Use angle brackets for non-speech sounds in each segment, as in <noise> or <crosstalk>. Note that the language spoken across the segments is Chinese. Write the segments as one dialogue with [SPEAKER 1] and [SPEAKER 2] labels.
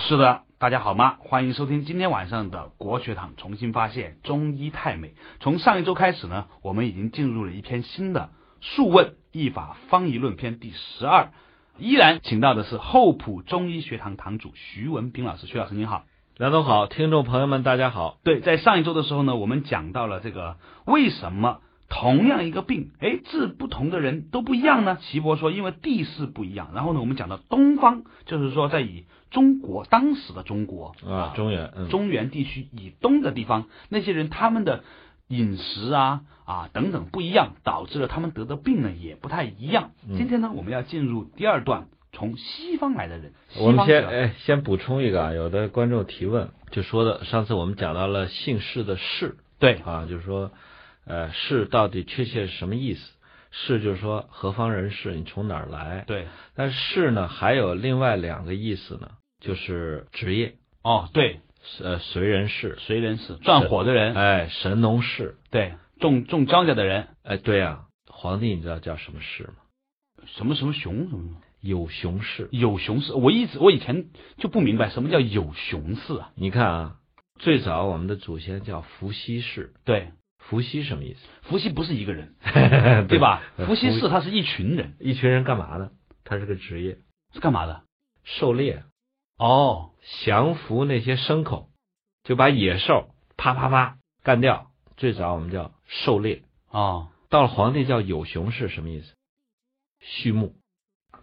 [SPEAKER 1] 是的，大家好吗？欢迎收听今天晚上的国学堂重新发现中医太美。从上一周开始呢，我们已经进入了一篇新的《素问·医法方宜论篇》第十二，依然请到的是厚朴中医学堂堂主徐文斌老师。徐老师您好。
[SPEAKER 2] 梁总好，听众朋友们大家好。
[SPEAKER 1] 对，在上一周的时候呢，我们讲到了这个为什么同样一个病，哎，治不同的人都不一样呢？岐伯说，因为地势不一样。然后呢，我们讲到东方，就是说在以中国当时的中国
[SPEAKER 2] 啊，中原，嗯，
[SPEAKER 1] 中原地区以东的地方，那些人他们的饮食啊啊等等不一样，导致了他们得的病呢也不太一样。
[SPEAKER 2] 嗯
[SPEAKER 1] 今天呢，我们要进入第二段，从西方来的人，西
[SPEAKER 2] 我们
[SPEAKER 1] 方
[SPEAKER 2] 先
[SPEAKER 1] 者
[SPEAKER 2] 哎先补充一个啊，有的观众提问就说的，上次我们讲到了姓氏的氏
[SPEAKER 1] 对
[SPEAKER 2] 啊，就是说呃氏到底确切是什么意思？氏就是说何方人士，你从哪儿来？
[SPEAKER 1] 对
[SPEAKER 2] 但氏呢还有另外两个意思呢，就是职业，
[SPEAKER 1] 哦对，
[SPEAKER 2] 呃随人氏，
[SPEAKER 1] 谁人是转火的人，
[SPEAKER 2] 哎神农氏，
[SPEAKER 1] 对，种种庄稼的人，
[SPEAKER 2] 哎对呀、皇帝你知道叫什么氏吗？
[SPEAKER 1] 什么什么熊什么什么
[SPEAKER 2] 有熊氏。
[SPEAKER 1] 有熊氏，我一直我以前就不明白什么叫有熊氏啊。
[SPEAKER 2] 你看啊，最早我们的祖先叫伏羲氏，
[SPEAKER 1] 对，
[SPEAKER 2] 伏羲什么意思？
[SPEAKER 1] 伏羲不是一个人，对
[SPEAKER 2] <laughs> 对？
[SPEAKER 1] 吧？
[SPEAKER 2] 呃
[SPEAKER 1] 伏羲
[SPEAKER 2] 伏
[SPEAKER 1] 氏他是一群人，
[SPEAKER 2] 一群人干嘛呢？他是个职业，
[SPEAKER 1] 是干嘛的？
[SPEAKER 2] 狩猎，
[SPEAKER 1] 哦，
[SPEAKER 2] 降服那些牲口，就把野兽啪啪啪干掉。最早我们叫狩猎，
[SPEAKER 1] 哦，
[SPEAKER 2] 到了皇帝叫有熊氏，什么意思？畜牧，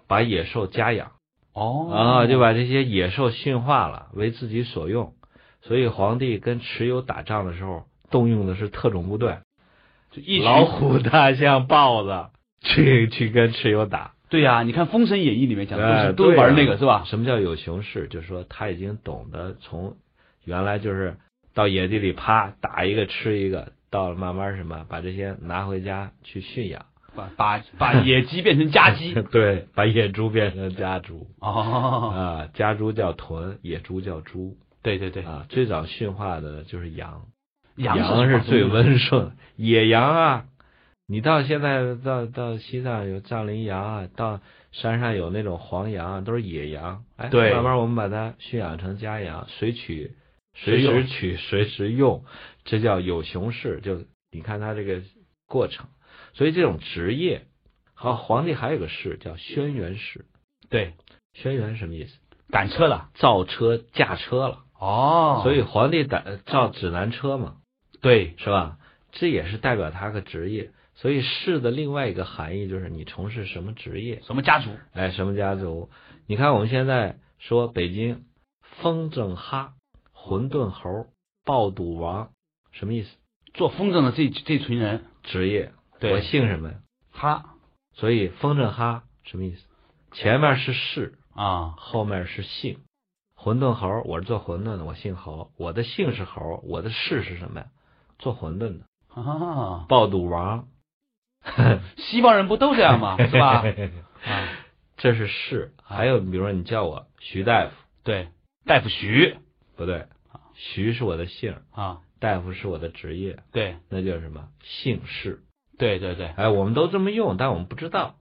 [SPEAKER 2] 把野兽家养
[SPEAKER 1] 哦，
[SPEAKER 2] 啊，就把这些野兽驯化了，为自己所用。所以皇帝跟蚩尤打仗的时候，动用的是特种部队，
[SPEAKER 1] 就一群
[SPEAKER 2] 老。虎、大象、豹子去去跟蚩尤打。
[SPEAKER 1] 对呀、你看《封神演义》里面讲的都
[SPEAKER 2] 哎
[SPEAKER 1] 是都
[SPEAKER 2] 对
[SPEAKER 1] 玩
[SPEAKER 2] 啊
[SPEAKER 1] 那个是吧？
[SPEAKER 2] 什么叫有熊市？就是说他已经懂得从原来就是到野地里啪打一个吃一个，到了慢慢什么把这些拿回家去驯养，
[SPEAKER 1] 把把把野鸡变成家
[SPEAKER 2] <laughs>
[SPEAKER 1] 鸡
[SPEAKER 2] 对，把野猪变成家猪啊、
[SPEAKER 1] 哎哦，
[SPEAKER 2] 家猪叫豚，野猪叫猪
[SPEAKER 1] 对对对，
[SPEAKER 2] 啊。最早驯化的就是羊，
[SPEAKER 1] 羊
[SPEAKER 2] 是最
[SPEAKER 1] 温。
[SPEAKER 2] 温顺，野羊啊。你到现在到到西藏有藏羚羊啊，到山上有那种黄羊啊，都是野羊。哎，
[SPEAKER 1] 对
[SPEAKER 2] 慢慢我们把它驯养成家羊，随取
[SPEAKER 1] 随
[SPEAKER 2] 随
[SPEAKER 1] 用
[SPEAKER 2] 时取随时用，这叫有熊市。就你看它这个过程，所以这种职业，好，皇帝还有个氏叫轩辕氏。
[SPEAKER 1] 对，
[SPEAKER 2] 轩辕什么意思？
[SPEAKER 1] 赶车了
[SPEAKER 2] 造车驾车了，
[SPEAKER 1] 哦
[SPEAKER 2] 所以皇帝打造指南车嘛。
[SPEAKER 1] 对
[SPEAKER 2] 是吧？这也是代表他个职业。所以士的另外一个含义就是你从事什么职业，
[SPEAKER 1] 什么家族
[SPEAKER 2] 哎，什么家族。你看我们现在说北京风筝哈、混沌猴、爆肚王，什么意思？
[SPEAKER 1] 做风筝的这这群人，
[SPEAKER 2] 职业。
[SPEAKER 1] 对
[SPEAKER 2] 我姓什么呀？
[SPEAKER 1] 他
[SPEAKER 2] 所以风筝哈什么意思？前面是士，
[SPEAKER 1] 啊
[SPEAKER 2] 后面是姓。馄饨猴，我是做馄饨的，我姓侯，我的姓是侯，我的氏是什么呀？做馄饨的。
[SPEAKER 1] 啊，
[SPEAKER 2] 爆肚王，
[SPEAKER 1] 西方人不都这样吗？是
[SPEAKER 2] <laughs>
[SPEAKER 1] <laughs> 吧？啊，
[SPEAKER 2] 这是是，还有，比如说你叫我徐大夫，
[SPEAKER 1] 对，大夫徐
[SPEAKER 2] 不对，徐是我的姓，
[SPEAKER 1] 啊，
[SPEAKER 2] 大夫是我的职业，
[SPEAKER 1] 对
[SPEAKER 2] 那就是什么姓氏？
[SPEAKER 1] 对对对，
[SPEAKER 2] 哎，我们都这么用，但我们不知道。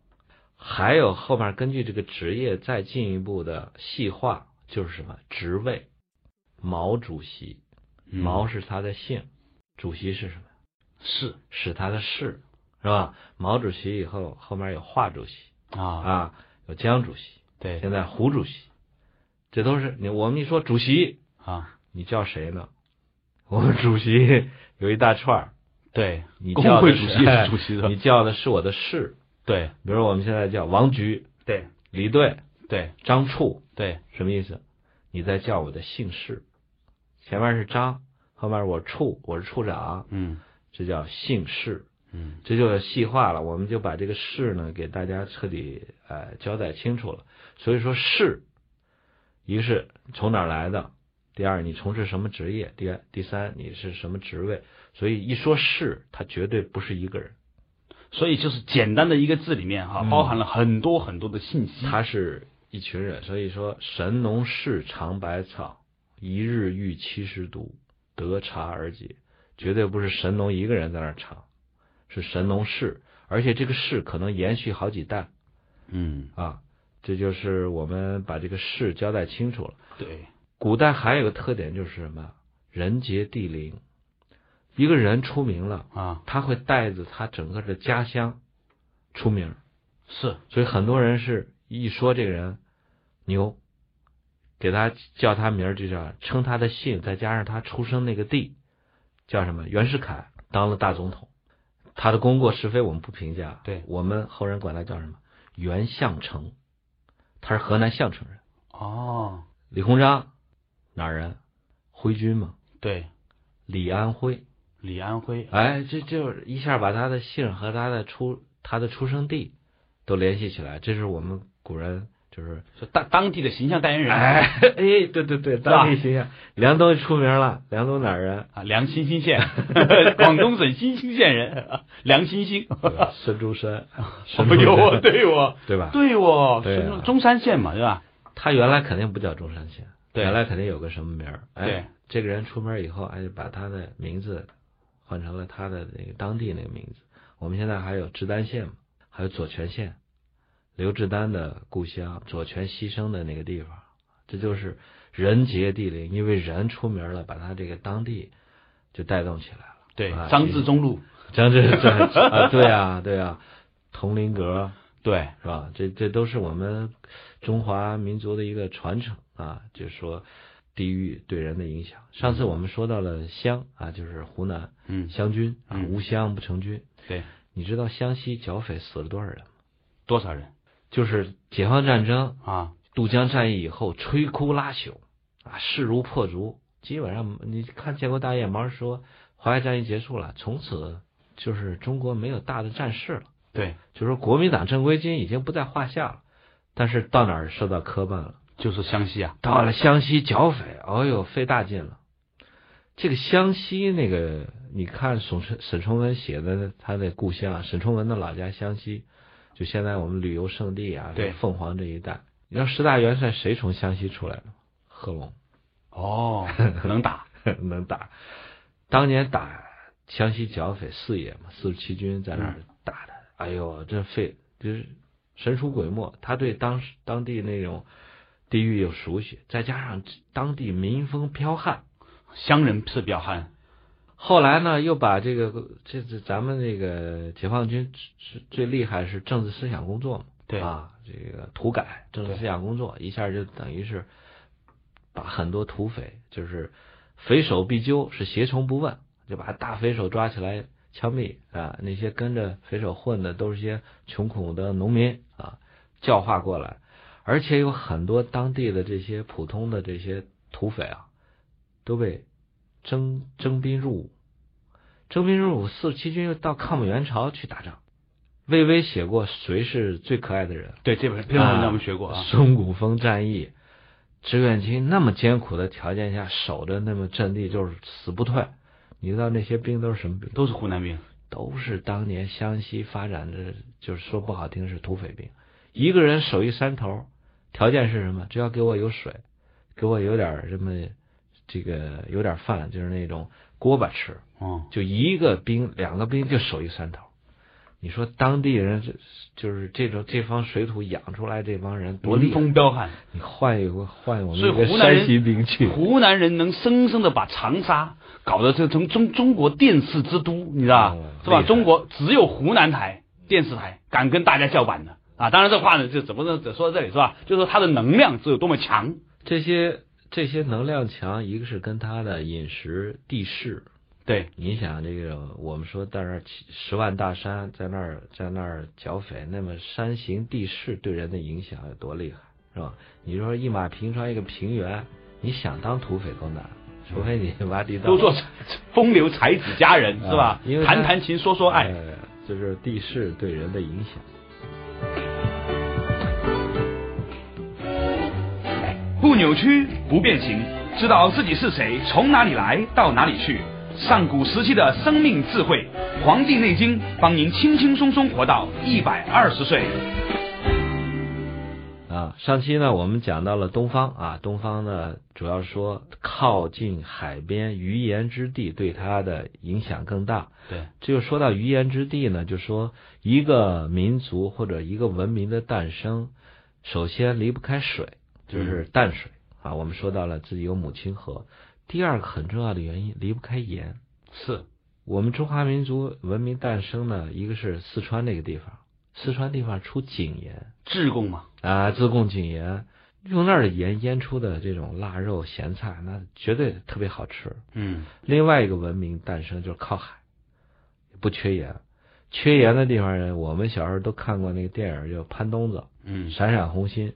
[SPEAKER 2] 还有后面根据这个职业再进一步的细化，就是什么职位？毛主席，
[SPEAKER 1] 嗯
[SPEAKER 2] 毛是他的姓，主席是什么？
[SPEAKER 1] 是
[SPEAKER 2] 是他的氏，是吧？毛主席以后后面有华主席
[SPEAKER 1] 啊，
[SPEAKER 2] 啊，有江主席，
[SPEAKER 1] 对
[SPEAKER 2] 现在胡主席，这都是你我们一说主席，
[SPEAKER 1] 啊，
[SPEAKER 2] 你叫谁呢？我们主席有一大串儿，
[SPEAKER 1] 对，
[SPEAKER 2] 你
[SPEAKER 1] 工
[SPEAKER 2] 叫的
[SPEAKER 1] 会
[SPEAKER 2] 是
[SPEAKER 1] 主席也是主席的，
[SPEAKER 2] <laughs> 你叫的是我的氏，
[SPEAKER 1] 对
[SPEAKER 2] 比如我们现在叫王局、
[SPEAKER 1] 对
[SPEAKER 2] 李队、
[SPEAKER 1] 对
[SPEAKER 2] 张处，
[SPEAKER 1] 对，
[SPEAKER 2] 什么意思？你在叫我的姓氏，前面是张，后面我处，我是处长，
[SPEAKER 1] 嗯
[SPEAKER 2] 这叫姓氏，
[SPEAKER 1] 嗯，
[SPEAKER 2] 这就是细化了。我们就把这个氏呢给大家彻底呃交代清楚了。所以说氏，一个是从哪儿来的，第二你从事什么职业，第二第三你是什么职位。所以一说氏，他绝对不是一个人，
[SPEAKER 1] 所以就是简单的一个字里面哈，
[SPEAKER 2] 嗯
[SPEAKER 1] 包含了很多很多的信息，
[SPEAKER 2] 他是一群人。所以说神农氏尝百草，一日遇七十毒，得茶而解，绝对不是神农一个人在那儿尝，是神农氏，而且这个氏可能延续好几代。
[SPEAKER 1] 嗯，
[SPEAKER 2] 啊，这就是我们把这个事交代清楚了。
[SPEAKER 1] 对，
[SPEAKER 2] 古代还有一个特点就是什么？人杰地灵。一个人出名了，
[SPEAKER 1] 啊，
[SPEAKER 2] 他会带着他整个的家乡出名儿。
[SPEAKER 1] 是
[SPEAKER 2] 所以很多人是一说这个人牛，给他叫他名儿就叫称他的姓，再加上他出生那个地叫什么袁世凯当了大总统，他的功过是非我们不评价，
[SPEAKER 1] 对
[SPEAKER 2] 我们后人管他叫什么袁相城，他是河南项城人。
[SPEAKER 1] 哦，
[SPEAKER 2] 李鸿章哪儿人？徽军嘛，
[SPEAKER 1] 对，
[SPEAKER 2] 李安徽。
[SPEAKER 1] 李安徽
[SPEAKER 2] 哎，这就是一下把他的姓和他的出他的出生地都联系起来，这是我们古人就是
[SPEAKER 1] 是当当地的形象代言人，
[SPEAKER 2] <laughs> 哎哎，对对对，当地形象。 <laughs> 梁冬出名了，梁冬哪儿 <laughs> 人？
[SPEAKER 1] 啊，梁欣欣县， <laughs> 广东省新兴县人，啊梁欣欣，
[SPEAKER 2] 孙中 <laughs> 山，
[SPEAKER 1] 我们有我，对我，
[SPEAKER 2] 哎对吧？
[SPEAKER 1] 对我，
[SPEAKER 2] 对啊
[SPEAKER 1] 中中山县嘛，对吧？
[SPEAKER 2] 他原来肯定不叫中山县，
[SPEAKER 1] 对
[SPEAKER 2] 原来肯定有个什么名儿。
[SPEAKER 1] 对
[SPEAKER 2] 哎，这个人出名以后，哎，把他的名字换成了他的那个当地那个名字。我们现在还有志丹县嘛，还有左权县，刘志丹的故乡，左权牺牲的那个地方，这就是人杰地灵，因为人出名了，把他这个当地就带动起来了。
[SPEAKER 1] 对
[SPEAKER 2] 啊，
[SPEAKER 1] 张自忠路，
[SPEAKER 2] 张志在
[SPEAKER 1] <laughs>
[SPEAKER 2] 啊，对啊，对啊，铜陵阁。
[SPEAKER 1] 对，
[SPEAKER 2] 是吧？这这都是我们中华民族的一个传承啊，就是说地域对人的影响。上次我们说到了湘啊，就是湖南
[SPEAKER 1] 嗯，
[SPEAKER 2] 湘军啊，
[SPEAKER 1] 嗯
[SPEAKER 2] 无湘不成军。
[SPEAKER 1] 对，
[SPEAKER 2] 你知道湘西剿匪死了多少人吗？
[SPEAKER 1] 多少人
[SPEAKER 2] 就是解放战争、
[SPEAKER 1] 啊？
[SPEAKER 2] 渡江战役以后，摧枯拉朽啊，势如破竹。基本上你看建国大业，毛说淮海战役结束了，从此就是中国没有大的战事了。
[SPEAKER 1] 对，
[SPEAKER 2] 就说国民党正规军已经不在话下了，但是到哪儿受到磕绊了？
[SPEAKER 1] 就是湘西啊，
[SPEAKER 2] 到了湘西剿匪，哦呦，费大劲了。这个湘西那个，你看沈春沈从文写的他的故乡，沈从文的老家湘西，就现在我们旅游胜地啊，
[SPEAKER 1] 对
[SPEAKER 2] 凤凰这一带。你知道十大元帅谁从湘西出来的吗？贺龙
[SPEAKER 1] 哦，能
[SPEAKER 2] <laughs>
[SPEAKER 1] 打，
[SPEAKER 2] 能打，当年打湘西剿匪四野嘛，四十七军在那儿打的，哎呦，真费就是神出鬼没。他对当时当地那种地域有熟悉，再加上当地民风剽悍，
[SPEAKER 1] 湘人是彪悍，
[SPEAKER 2] 后来呢又把这个这这咱们这个解放军最最厉害是政治思想工作嘛，
[SPEAKER 1] 对，
[SPEAKER 2] 啊，这个土改政治思想工作，一下就等于是把很多土匪，就是匪首必究，是胁从不问，就把大匪首抓起来枪毙啊！那些跟着匪首混的都是些穷苦的农民啊，教化过来，而且有很多当地的这些普通的这些土匪啊，都被征征兵入伍。征兵入伍，四十七军又到抗美援朝去打仗。魏巍写过《谁是最可爱的人》，
[SPEAKER 1] 对，这本这篇文章我们学过
[SPEAKER 2] <laughs>
[SPEAKER 1] 啊，
[SPEAKER 2] 松骨峰战役，志愿军那么艰苦的条件下守着那么阵地，就是死不退。你知道那些兵都是什么兵？
[SPEAKER 1] 都是湖南兵，
[SPEAKER 2] 都是当年湘西发展的，就是说不好听是土匪兵。一个人守一山头，条件是什么？只要给我有水，给我有点儿什么，这个有点儿饭，就是那种锅巴吃。
[SPEAKER 1] 哦，
[SPEAKER 2] 就一个兵、两个兵就守一山头。你说当地人这就是这种这方水土养出来这帮人多
[SPEAKER 1] 民
[SPEAKER 2] 厉害！啊
[SPEAKER 1] 风彪悍，
[SPEAKER 2] 你换一个换我们
[SPEAKER 1] 所以
[SPEAKER 2] 一个
[SPEAKER 1] 湖南人
[SPEAKER 2] 山西兵去，
[SPEAKER 1] 湖南人能生生的把长沙搞得这成中中国电视之都，你知道吧
[SPEAKER 2] 哦
[SPEAKER 1] 是吧？
[SPEAKER 2] 厉害
[SPEAKER 1] 中国只有湖南台电视台敢跟大家叫板的啊！当然这话呢，就怎么能只说到这里是吧？就说它的能量是有多么强，
[SPEAKER 2] 这些这些能量强，一个是跟他的饮食地势。
[SPEAKER 1] 对
[SPEAKER 2] 你想这个，我们说在那儿起十万大山，在那儿在那儿剿匪，那么山形地势对人的影响有多厉害，是吧？你说一马平川一个平原，你想当土匪都难，除非你挖地道。
[SPEAKER 1] 都做风流才子佳人是吧
[SPEAKER 2] 啊因为？它
[SPEAKER 1] 谈谈情说说爱，
[SPEAKER 2] 呃就是地势对人的影响。
[SPEAKER 1] 不扭曲，不变形，知道自己是谁，从哪里来，到哪里去。上古时期的生命智慧，《黄帝内经》帮您轻轻松松活到一百二十岁。
[SPEAKER 2] 啊，上期呢我们讲到了东方啊，东方呢主要说靠近海边鱼盐之地对它的影响更大。
[SPEAKER 1] 对，
[SPEAKER 2] 这就说到鱼盐之地呢，就说一个民族或者一个文明的诞生，首先离不开水，就是淡水、啊，我们说到了自己有母亲河，第二个很重要的原因离不开盐。
[SPEAKER 1] 是
[SPEAKER 2] 我们中华民族文明诞生呢，一个是四川那个地方，四川地方出井盐
[SPEAKER 1] 自贡嘛？
[SPEAKER 2] 啊，自贡井盐，用那儿的盐腌出的这种腊肉、咸菜，那绝对特别好吃。
[SPEAKER 1] 嗯，
[SPEAKER 2] 另外一个文明诞生就是靠海，不缺盐。缺盐的地方呢，我们小时候都看过那个电影，叫《潘东子》。
[SPEAKER 1] 嗯，
[SPEAKER 2] 闪闪红心。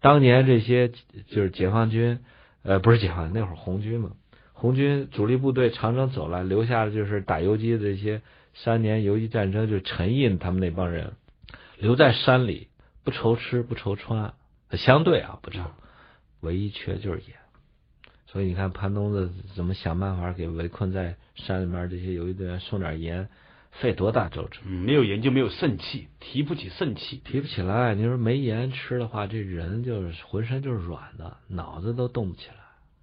[SPEAKER 2] 当年这些就是解放军，呃，不是解放，那会儿红军嘛，红军主力部队长征走了，留下的就是打游击的这些三年游击战争，就陈毅他们那帮人留在山里，不愁吃不愁穿，相对啊不愁，唯一缺就是盐。所以你看潘东子怎么想办法给围困在山里面这些游击队员送点盐，费多大周折。
[SPEAKER 1] 嗯，没有盐就没有肾气，提不起肾气。
[SPEAKER 2] 提不起来。你说没盐吃的话，这人就是浑身就是软的，脑子都动不起来，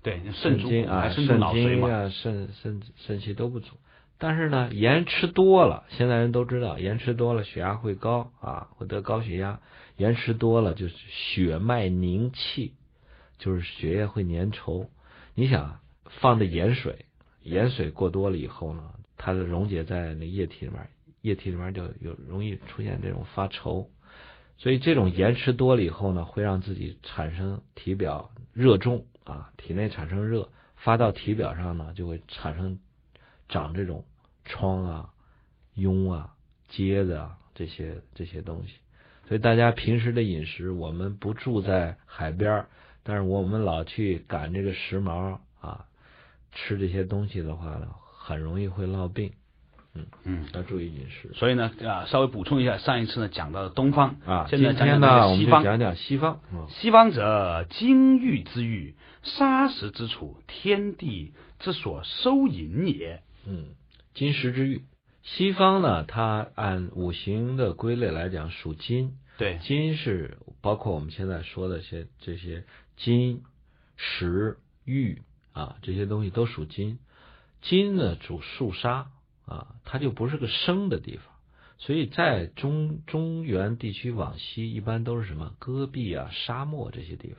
[SPEAKER 1] 对，肾
[SPEAKER 2] 肾
[SPEAKER 1] 主
[SPEAKER 2] 精
[SPEAKER 1] 骨
[SPEAKER 2] 啊、
[SPEAKER 1] 还
[SPEAKER 2] 肾
[SPEAKER 1] 肾主脑髓
[SPEAKER 2] 精
[SPEAKER 1] 嘛。
[SPEAKER 2] 啊、肾肾肾气都不足。但是呢，盐吃多了，现在人都知道，盐吃多了血压会高啊，会得高血压。盐吃多了就是血脉凝气，就是血液会粘稠。你想啊放的盐水，盐水过多了以后呢，它的溶解在那液体里面，液体里面就有容易出现这种发稠。所以这种盐吃多了以后呢，会让自己产生体表热重啊，体内产生热，发到体表上呢，就会产生长这种疮啊、痈啊、疖子啊这些这些东西。所以大家平时的饮食，我们不住在海边儿，但是我们老去赶这个时髦啊，吃这些东西的话呢，很容易会落病，
[SPEAKER 1] 嗯，
[SPEAKER 2] 要注意饮食
[SPEAKER 1] 所以呢，啊，稍微补充一下上一次呢讲到的东方，
[SPEAKER 2] 啊。
[SPEAKER 1] 现
[SPEAKER 2] 今
[SPEAKER 1] 在讲讲
[SPEAKER 2] 天
[SPEAKER 1] 那
[SPEAKER 2] 呢，
[SPEAKER 1] 个
[SPEAKER 2] 我们
[SPEAKER 1] 西
[SPEAKER 2] 就
[SPEAKER 1] 方
[SPEAKER 2] 讲讲西方。嗯
[SPEAKER 1] 西方者，金玉之玉，沙石之处，天地之所收引也。
[SPEAKER 2] 嗯，金石之玉。西方呢，它按五行的归类来讲属金，
[SPEAKER 1] 对，
[SPEAKER 2] 金是包括我们现在说的些这些金、石、玉啊这些东西都属金。金呢主肃杀啊，它就不是个生的地方，所以在中中原地区往西一般都是什么戈壁啊、沙漠这些地方，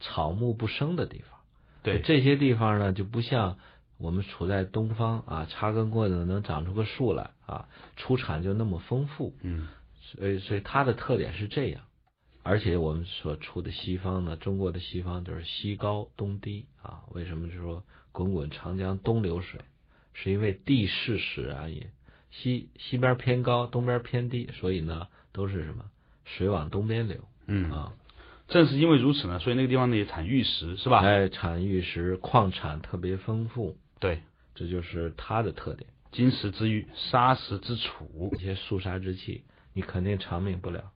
[SPEAKER 2] 草木不生的地方。
[SPEAKER 1] 对，
[SPEAKER 2] 这些地方呢，就不像我们处在东方啊，插根棍子能长出个树来啊，出产就那么丰富，
[SPEAKER 1] 嗯，
[SPEAKER 2] 所以所以它的特点是这样。而且我们所处的西方呢，中国的西方就是西高东低啊。为什么说滚滚长江东流水？是因为地势使然也。西西边偏高，东边偏低，所以呢，都是什么水往东边流
[SPEAKER 1] 嗯，
[SPEAKER 2] 啊。
[SPEAKER 1] 正是因为如此呢，所以那个地方呢也产玉石，是吧？
[SPEAKER 2] 哎，产玉石矿产特别丰富，
[SPEAKER 1] 对，
[SPEAKER 2] 这就是它的特点。
[SPEAKER 1] 金石之玉，沙石之处
[SPEAKER 2] 一。些肃杀之气，你肯定长命不了。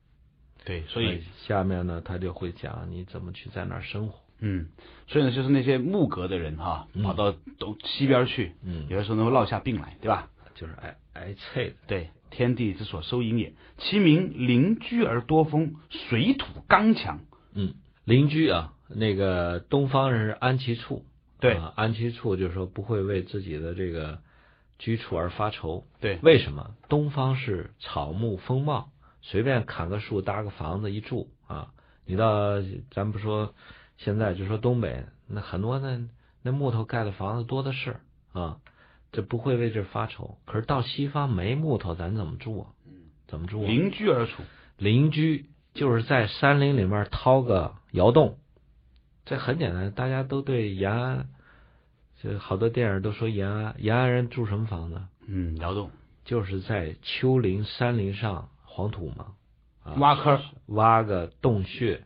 [SPEAKER 1] 对，所以，
[SPEAKER 2] 下面呢，他就会讲你怎么去在那儿生活。
[SPEAKER 1] 嗯，所以呢，就是那些木格的人哈，
[SPEAKER 2] 嗯
[SPEAKER 1] 跑到东西边去，
[SPEAKER 2] 嗯，
[SPEAKER 1] 有的时候能够落下病来，对吧？
[SPEAKER 2] 就是挨挨菜的。
[SPEAKER 1] 对，天地之所收引也。其民邻居而多风，水土刚强。
[SPEAKER 2] 嗯，邻居啊，那个东方人是安其处，
[SPEAKER 1] 对
[SPEAKER 2] 啊安其处就是说不会为自己的这个居处而发愁。
[SPEAKER 1] 对，
[SPEAKER 2] 为什么？东方是草木风貌，随便砍个树搭个房子一住啊。你到咱不说现在，就说东北，那很多那那木头盖的房子多的是啊，这不会为这发愁。可是到西方没木头，咱怎么住啊？怎么住啊？
[SPEAKER 1] 邻居而处。
[SPEAKER 2] 邻居就是在山林里面掏个窑洞，这很简单，大家都对延安，这好多电影都说延安，延安人住什么房子？
[SPEAKER 1] 嗯，劳动。
[SPEAKER 2] 就是在丘陵山林上黄土嘛，啊
[SPEAKER 1] 挖坑儿，
[SPEAKER 2] 挖个洞穴，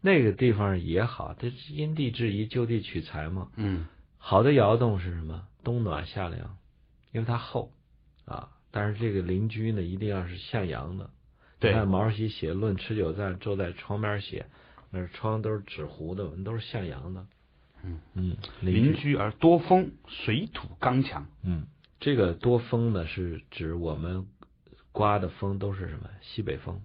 [SPEAKER 2] 那个地方也好，这是因地制宜，就地取材嘛。
[SPEAKER 1] 嗯，
[SPEAKER 2] 好的窑洞是什么？冬暖夏凉，因为它厚啊。但是这个邻居呢，一定要是向阳的。
[SPEAKER 1] 对
[SPEAKER 2] 你，看毛主席写《论持久战》，就在窗边写，那窗都是纸糊的，都是向阳的。
[SPEAKER 1] 嗯
[SPEAKER 2] 嗯，
[SPEAKER 1] 邻
[SPEAKER 2] 居
[SPEAKER 1] 居而多风，水土刚强。
[SPEAKER 2] 嗯，这个多风呢，是指我们刮的风都是什么西北风。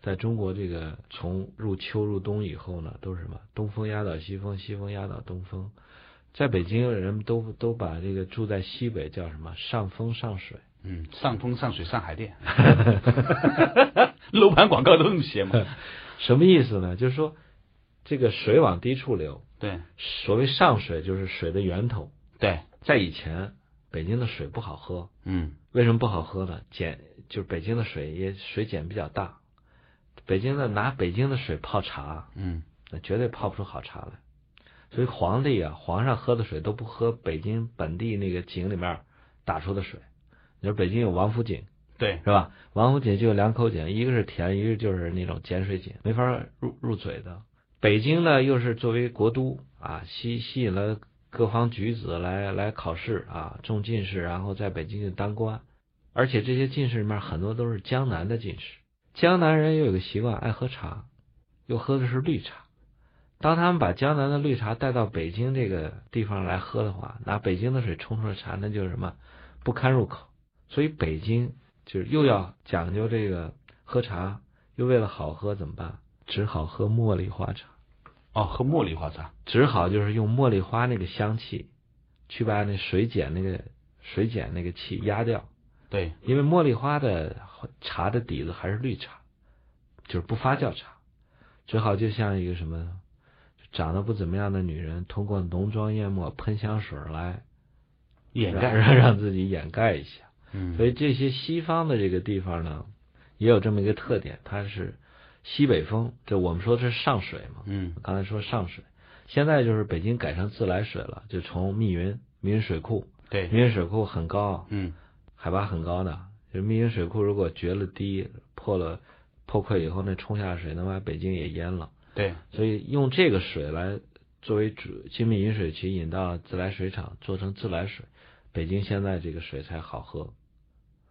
[SPEAKER 2] 在中国，这个从入秋入冬以后呢，都是什么东风压倒西风，西风压倒东风。在北京，人们都都把这个住在西北叫什么上风上水。
[SPEAKER 1] 嗯，上风上水上海 <laughs> 店，楼盘广告都这么写嘛。 <laughs>
[SPEAKER 2] 什么意思呢？就是说，这个水往低处流，
[SPEAKER 1] 对
[SPEAKER 2] 所谓上水就是水的源头，
[SPEAKER 1] 对，
[SPEAKER 2] 在以前北京的水不好喝，
[SPEAKER 1] 嗯
[SPEAKER 2] 为什么不好喝呢？碱就是北京的水也水碱比较大，北京的拿北京的水泡茶，
[SPEAKER 1] 嗯
[SPEAKER 2] 那绝对泡不出好茶来。所以皇帝啊，皇上喝的水都不喝北京本地那个井里面打出的水。你说北京有王府井
[SPEAKER 1] 对，
[SPEAKER 2] 是吧？王府井就有两口井，一个是甜，一个就是那种碱水井，没法入入嘴的。北京呢，又是作为国都啊，吸吸引了各方举子来来考试啊，中进士，然后在北京就当官。而且这些进士里面很多都是江南的进士，江南人又有个习惯，爱喝茶，又喝的是绿茶。当他们把江南的绿茶带到北京这个地方来喝的话，拿北京的水冲出来茶，那就是什么不堪入口。所以北京就是又要讲究这个喝茶，又为了好喝怎么办？只好喝茉莉花茶，
[SPEAKER 1] 哦，喝茉莉花茶，
[SPEAKER 2] 只好就是用茉莉花那个香气，去把那水碱那个水碱那个气压掉。
[SPEAKER 1] 对
[SPEAKER 2] 因为茉莉花的茶的底子还是绿茶，就是不发酵茶，只好就像一个什么长得不怎么样的女人，通过浓妆艳抹喷香水来
[SPEAKER 1] 掩
[SPEAKER 2] 让
[SPEAKER 1] 盖，
[SPEAKER 2] 让 <laughs> 让自己掩盖一下。
[SPEAKER 1] 啊嗯，
[SPEAKER 2] 所以这些西方的这个地方呢，也有这么一个特点，它是西北风，这我们说这是上水嘛，
[SPEAKER 1] 嗯
[SPEAKER 2] 刚才说上水，现在就是北京改成自来水了，就从密云密云水库，密
[SPEAKER 1] 对，
[SPEAKER 2] 云水库很高啊，
[SPEAKER 1] 嗯
[SPEAKER 2] 海拔很高的，就是密云水库如果决了堤，破了破溃以后，那冲下水能把北京也淹了。
[SPEAKER 1] 对
[SPEAKER 2] 所以用这个水来作为主精密饮水渠引到自来水厂，做成自来水，北京现在这个水才好喝。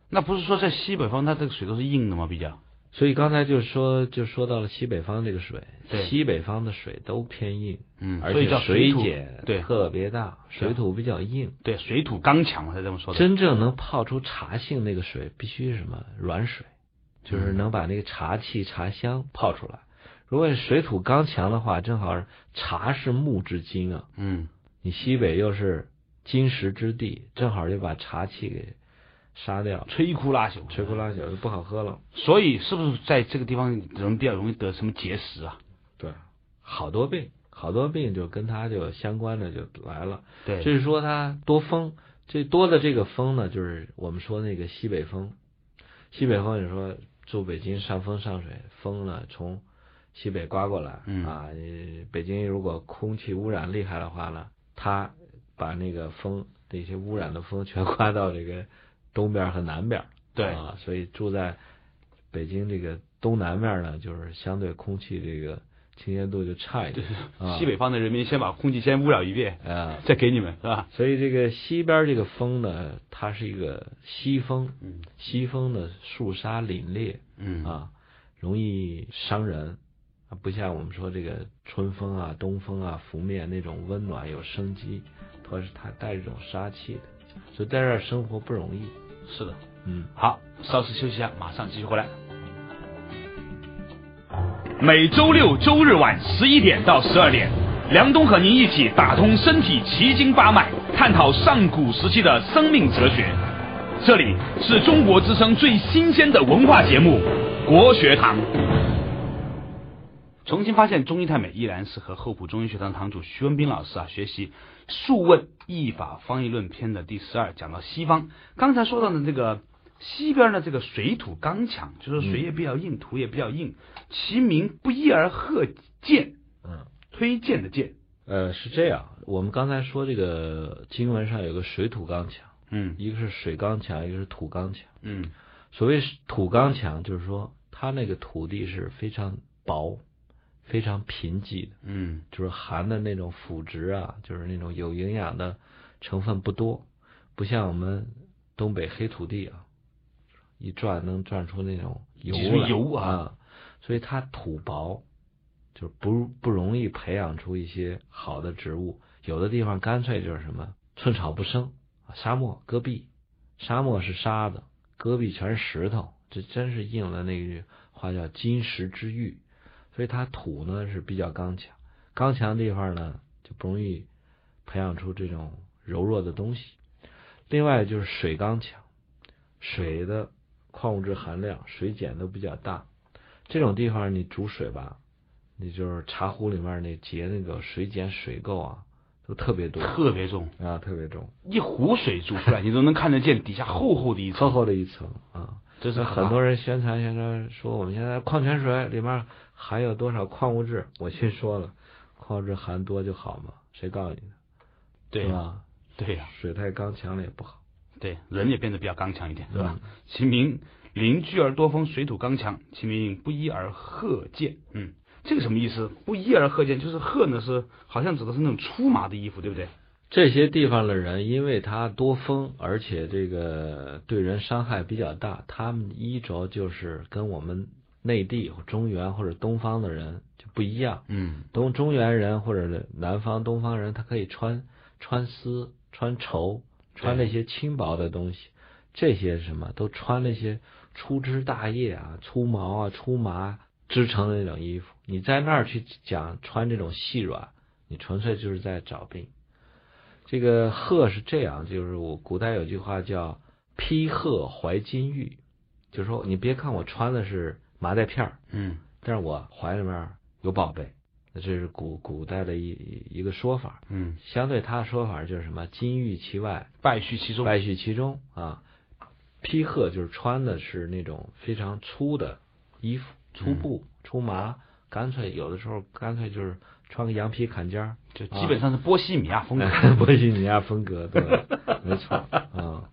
[SPEAKER 1] 那不是说在西北方，它这个水都是硬的吗？比较，
[SPEAKER 2] 所以刚才就说就说到了西北方这个水
[SPEAKER 1] 对，
[SPEAKER 2] 西北方的水都偏硬，
[SPEAKER 1] 嗯，
[SPEAKER 2] 而
[SPEAKER 1] 所以
[SPEAKER 2] 且
[SPEAKER 1] 叫
[SPEAKER 2] 水
[SPEAKER 1] 土，
[SPEAKER 2] 碱
[SPEAKER 1] 对
[SPEAKER 2] 特别大，水土比较硬。
[SPEAKER 1] 对，水土刚强嘛，才这么说的。
[SPEAKER 2] 真正能泡出茶性那个水，必须是什么软水，
[SPEAKER 1] 嗯
[SPEAKER 2] 就是能把那个茶气、茶香泡出来。如果水土刚强的话，正好是茶是木之精啊，
[SPEAKER 1] 嗯，
[SPEAKER 2] 你西北又是金石之地，正好就把茶气给杀掉，
[SPEAKER 1] 摧枯拉朽，
[SPEAKER 2] 摧枯拉朽就不好喝了。
[SPEAKER 1] 所以是不是在这个地方人比较容易得什么结石啊？
[SPEAKER 2] 对，好多病，好多病就跟它就相关的就来了。
[SPEAKER 1] 对，
[SPEAKER 2] 就是说它多风，这多的这个风呢，就是我们说那个西北风。西北风，你说住北京上风上水，风呢从西北刮过来，
[SPEAKER 1] 嗯
[SPEAKER 2] 啊，呃北京如果空气污染厉害的话呢，它把那个风那些污染的风全刮到这个东边和南边，
[SPEAKER 1] 对
[SPEAKER 2] 啊，所以住在北京这个东南面呢，就是相对空气这个清洁度就差一点，啊
[SPEAKER 1] 西北方的人民先把空气先污染一遍，
[SPEAKER 2] 啊，
[SPEAKER 1] 再给你们是吧？
[SPEAKER 2] 所以这个西边这个风呢，它是一个西风，
[SPEAKER 1] 嗯
[SPEAKER 2] 西风的肃杀凛冽
[SPEAKER 1] 嗯
[SPEAKER 2] 啊，容易伤人，啊不像我们说这个春风啊、东风啊、拂面那种温暖有生机，它是它带着这种杀气的，所以在这儿生活不容易。
[SPEAKER 1] 是的。
[SPEAKER 2] 嗯，
[SPEAKER 1] 好，稍事休息一下，马上继续回来。每周六周日晚十一点到十二点，梁冬和您一起打通身体奇经八脉，探讨上古时期的生命哲学。这里是中国之声最新鲜的文化节目《国学堂》。重新发现中医太美，依然是和厚朴中医学堂堂主徐文斌老师啊学习《素问·易法方义论篇》的第十二，讲到西方。刚才说到的这个西边呢，这个水土刚强，就是水也比较硬，土也比较硬，其名不一而合荐，
[SPEAKER 2] 嗯，
[SPEAKER 1] 推荐的荐，
[SPEAKER 2] 呃，是这样，我们刚才说这个经文上有个水土刚强，
[SPEAKER 1] 嗯
[SPEAKER 2] 一个是水刚强，一个是土刚强。
[SPEAKER 1] 嗯
[SPEAKER 2] 所谓是土刚强，就是说它那个土地是非常薄、非常贫瘠的，
[SPEAKER 1] 嗯
[SPEAKER 2] 就是含的那种腐殖啊，就是那种有营养的成分不多，不像我们东北黑土地啊，一转能转出那种油
[SPEAKER 1] 挤出
[SPEAKER 2] 来
[SPEAKER 1] 油啊
[SPEAKER 2] 啊，所以它土薄，就是不不容易培养出一些好的植物。有的地方干脆就是什么寸草不生，沙漠戈壁，沙漠是沙子，戈壁全是石头，这真是应了那句话叫“金石之玉”。所以它土呢是比较刚强，刚强的地方呢就不容易培养出这种柔弱的东西。另外就是水刚强，水的矿物质含量、水碱都比较大，这种地方你煮水吧，那就是茶壶里面那结那个水碱水垢啊，都特别多
[SPEAKER 1] 特别重，
[SPEAKER 2] 啊，特别重，
[SPEAKER 1] 一壶水煮出来，你都能看得见底下厚厚的一
[SPEAKER 2] 厚
[SPEAKER 1] 层，
[SPEAKER 2] 厚的一层啊。
[SPEAKER 1] 这是
[SPEAKER 2] 那很多人宣传宣传说我们现在矿泉水里面含有多少矿物质，我去说了，矿物质含多就好嘛，谁告诉你的？
[SPEAKER 1] 对啊
[SPEAKER 2] 是吧？
[SPEAKER 1] 对呀、
[SPEAKER 2] 水太刚强了也不好，
[SPEAKER 1] 对，人也变得比较刚强一点，对吧？
[SPEAKER 2] 嗯？
[SPEAKER 1] 其名邻居而多风，水土刚强，其名不一而贺见。嗯，这个什么意思？不一而贺见，就是贺呢是好像指的是那种粗麻的衣服，对不对？
[SPEAKER 2] 这些地方的人，因为他多风，而且这个对人伤害比较大，他们衣着就是跟我们内地、中原或者东方的人就不一样。
[SPEAKER 1] 嗯，
[SPEAKER 2] 东中原人或者南方、东方人，他可以穿穿丝、穿绸、穿那些轻薄的东西，这些是什么都穿那些粗枝大叶啊、粗毛啊、粗麻织成的那种衣服。你在那儿去讲穿这种细软，你纯粹就是在找病。这个鹤是这样，就是我古代有句话叫“披鹤怀金玉”，就是说你别看我穿的是麻袋片儿，
[SPEAKER 1] 嗯，
[SPEAKER 2] 但是我怀里面有宝贝，那这是古古代的一一一个说法。
[SPEAKER 1] 嗯，
[SPEAKER 2] 相对他的说法就是什么“金玉其外，
[SPEAKER 1] 败絮其中。
[SPEAKER 2] 败絮其中”啊。披鹤就是穿的是那种非常粗的衣服，粗
[SPEAKER 1] 嗯
[SPEAKER 2] 布、粗麻，干脆有的时候干脆就是穿个羊皮坎肩儿，
[SPEAKER 1] 就基本上是波西米亚
[SPEAKER 2] <laughs>
[SPEAKER 1] 风格。
[SPEAKER 2] 波西米亚风格，对吧，没错啊。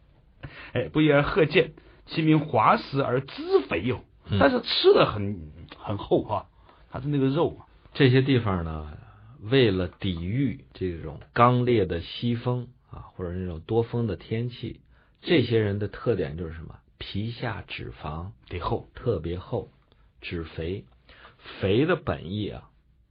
[SPEAKER 1] 哎，不一而贺见，其名滑实而滋肥哟。
[SPEAKER 2] 嗯
[SPEAKER 1] 但是吃的很很厚哈、它是那个肉嘛。
[SPEAKER 2] 这些地方呢，为了抵御这种刚烈的西风啊，或者那种多风的天气，这些人的特点就是什么？皮下脂肪
[SPEAKER 1] 得厚，
[SPEAKER 2] 特别厚，脂肥。肥的本意啊，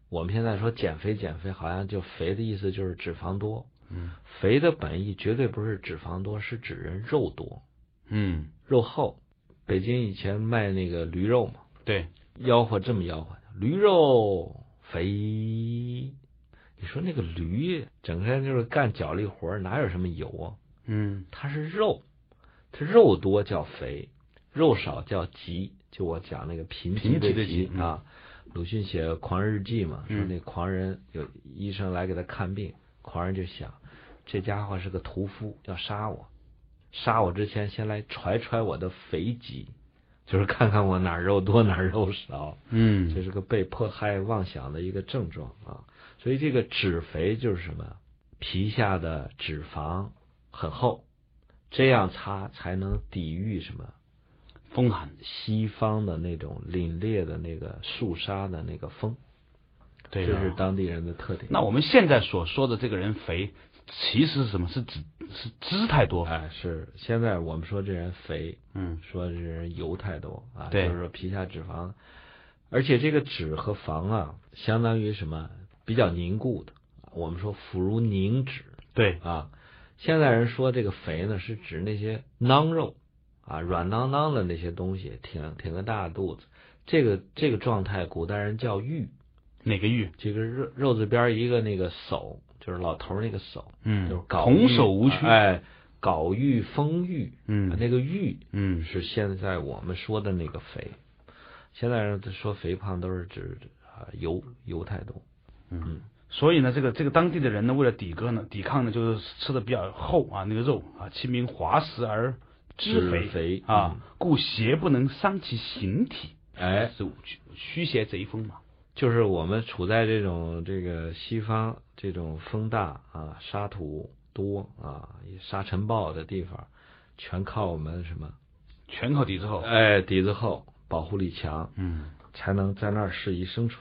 [SPEAKER 2] 我们现在说减肥减肥，好像就肥的意思就是脂肪多。
[SPEAKER 1] 嗯
[SPEAKER 2] 肥的本意绝对不是脂肪多，是指人肉多、
[SPEAKER 1] 嗯，
[SPEAKER 2] 肉厚。北京以前卖那个驴肉嘛，
[SPEAKER 1] 对，
[SPEAKER 2] 吆喝这么吆喝的，驴肉肥。你说那个驴整天就是干脚力活儿，哪有什么油啊？
[SPEAKER 1] 嗯
[SPEAKER 2] 它是肉，它肉多叫肥，肉少叫急。就我讲那个贫瘠
[SPEAKER 1] 贫瘠的
[SPEAKER 2] 瘠
[SPEAKER 1] 瘠
[SPEAKER 2] 啊，鲁迅写《狂人日记》嘛，说
[SPEAKER 1] 嗯
[SPEAKER 2] 那狂人有医生来给他看病，狂人就想，这家伙是个屠夫，要杀我，杀我之前先来揣揣我的肥瘠，就是看看我哪儿肉多哪儿肉少。
[SPEAKER 1] 嗯
[SPEAKER 2] 这是个被迫害妄想的一个症状啊。所以这个脂肥就是什么？皮下的脂肪很厚，这样擦才能抵御什么
[SPEAKER 1] 风寒。
[SPEAKER 2] 西方的那种凛冽的那个肃杀的那个风，
[SPEAKER 1] 对啊
[SPEAKER 2] 这
[SPEAKER 1] 了
[SPEAKER 2] 是当地人的特点。
[SPEAKER 1] 那我们现在所说的这个人肥，其实是什么？是指是汁太多。
[SPEAKER 2] 哎，是现在我们说这人肥，
[SPEAKER 1] 嗯
[SPEAKER 2] 说这人油太多啊，就
[SPEAKER 1] 对
[SPEAKER 2] 是说皮下脂肪，而且这个脂和肪啊，相当于什么？比较凝固的，我们说腐如凝脂。，
[SPEAKER 1] 对，
[SPEAKER 2] 啊，现在人说这个肥呢，是指那些囊肉啊，软囊囊的那些东西，挺挺个大肚子。这个这个状态，古代人叫玉，
[SPEAKER 1] 哪个玉？
[SPEAKER 2] 这个肉肉字边儿一个那个叟，就是老头儿那个叟，就是
[SPEAKER 1] 嗯，
[SPEAKER 2] 搞
[SPEAKER 1] 童
[SPEAKER 2] 玉
[SPEAKER 1] 叟无屈。
[SPEAKER 2] 哎，搞玉丰玉，啊
[SPEAKER 1] 嗯
[SPEAKER 2] 那个玉
[SPEAKER 1] 嗯，
[SPEAKER 2] 是现在我们说的那个肥。现在人说肥胖都是指啊油油太多，
[SPEAKER 1] 所以呢，这个这个当地的人呢，为了抵抗呢，抵抗呢，就是吃的比较厚啊，那个肉啊，其名滑实而汁肥
[SPEAKER 2] 肥肥
[SPEAKER 1] 啊，故邪不能伤其形体，
[SPEAKER 2] 哎，
[SPEAKER 1] 是虚虚邪贼风嘛。
[SPEAKER 2] 就是我们处在这种这个西方这种风大啊、沙土多啊、沙尘暴的地方，全靠我们什么？
[SPEAKER 1] 全靠底之后，
[SPEAKER 2] 哎，底子厚，保护力强，
[SPEAKER 1] 嗯，
[SPEAKER 2] 才能在那儿适宜生存。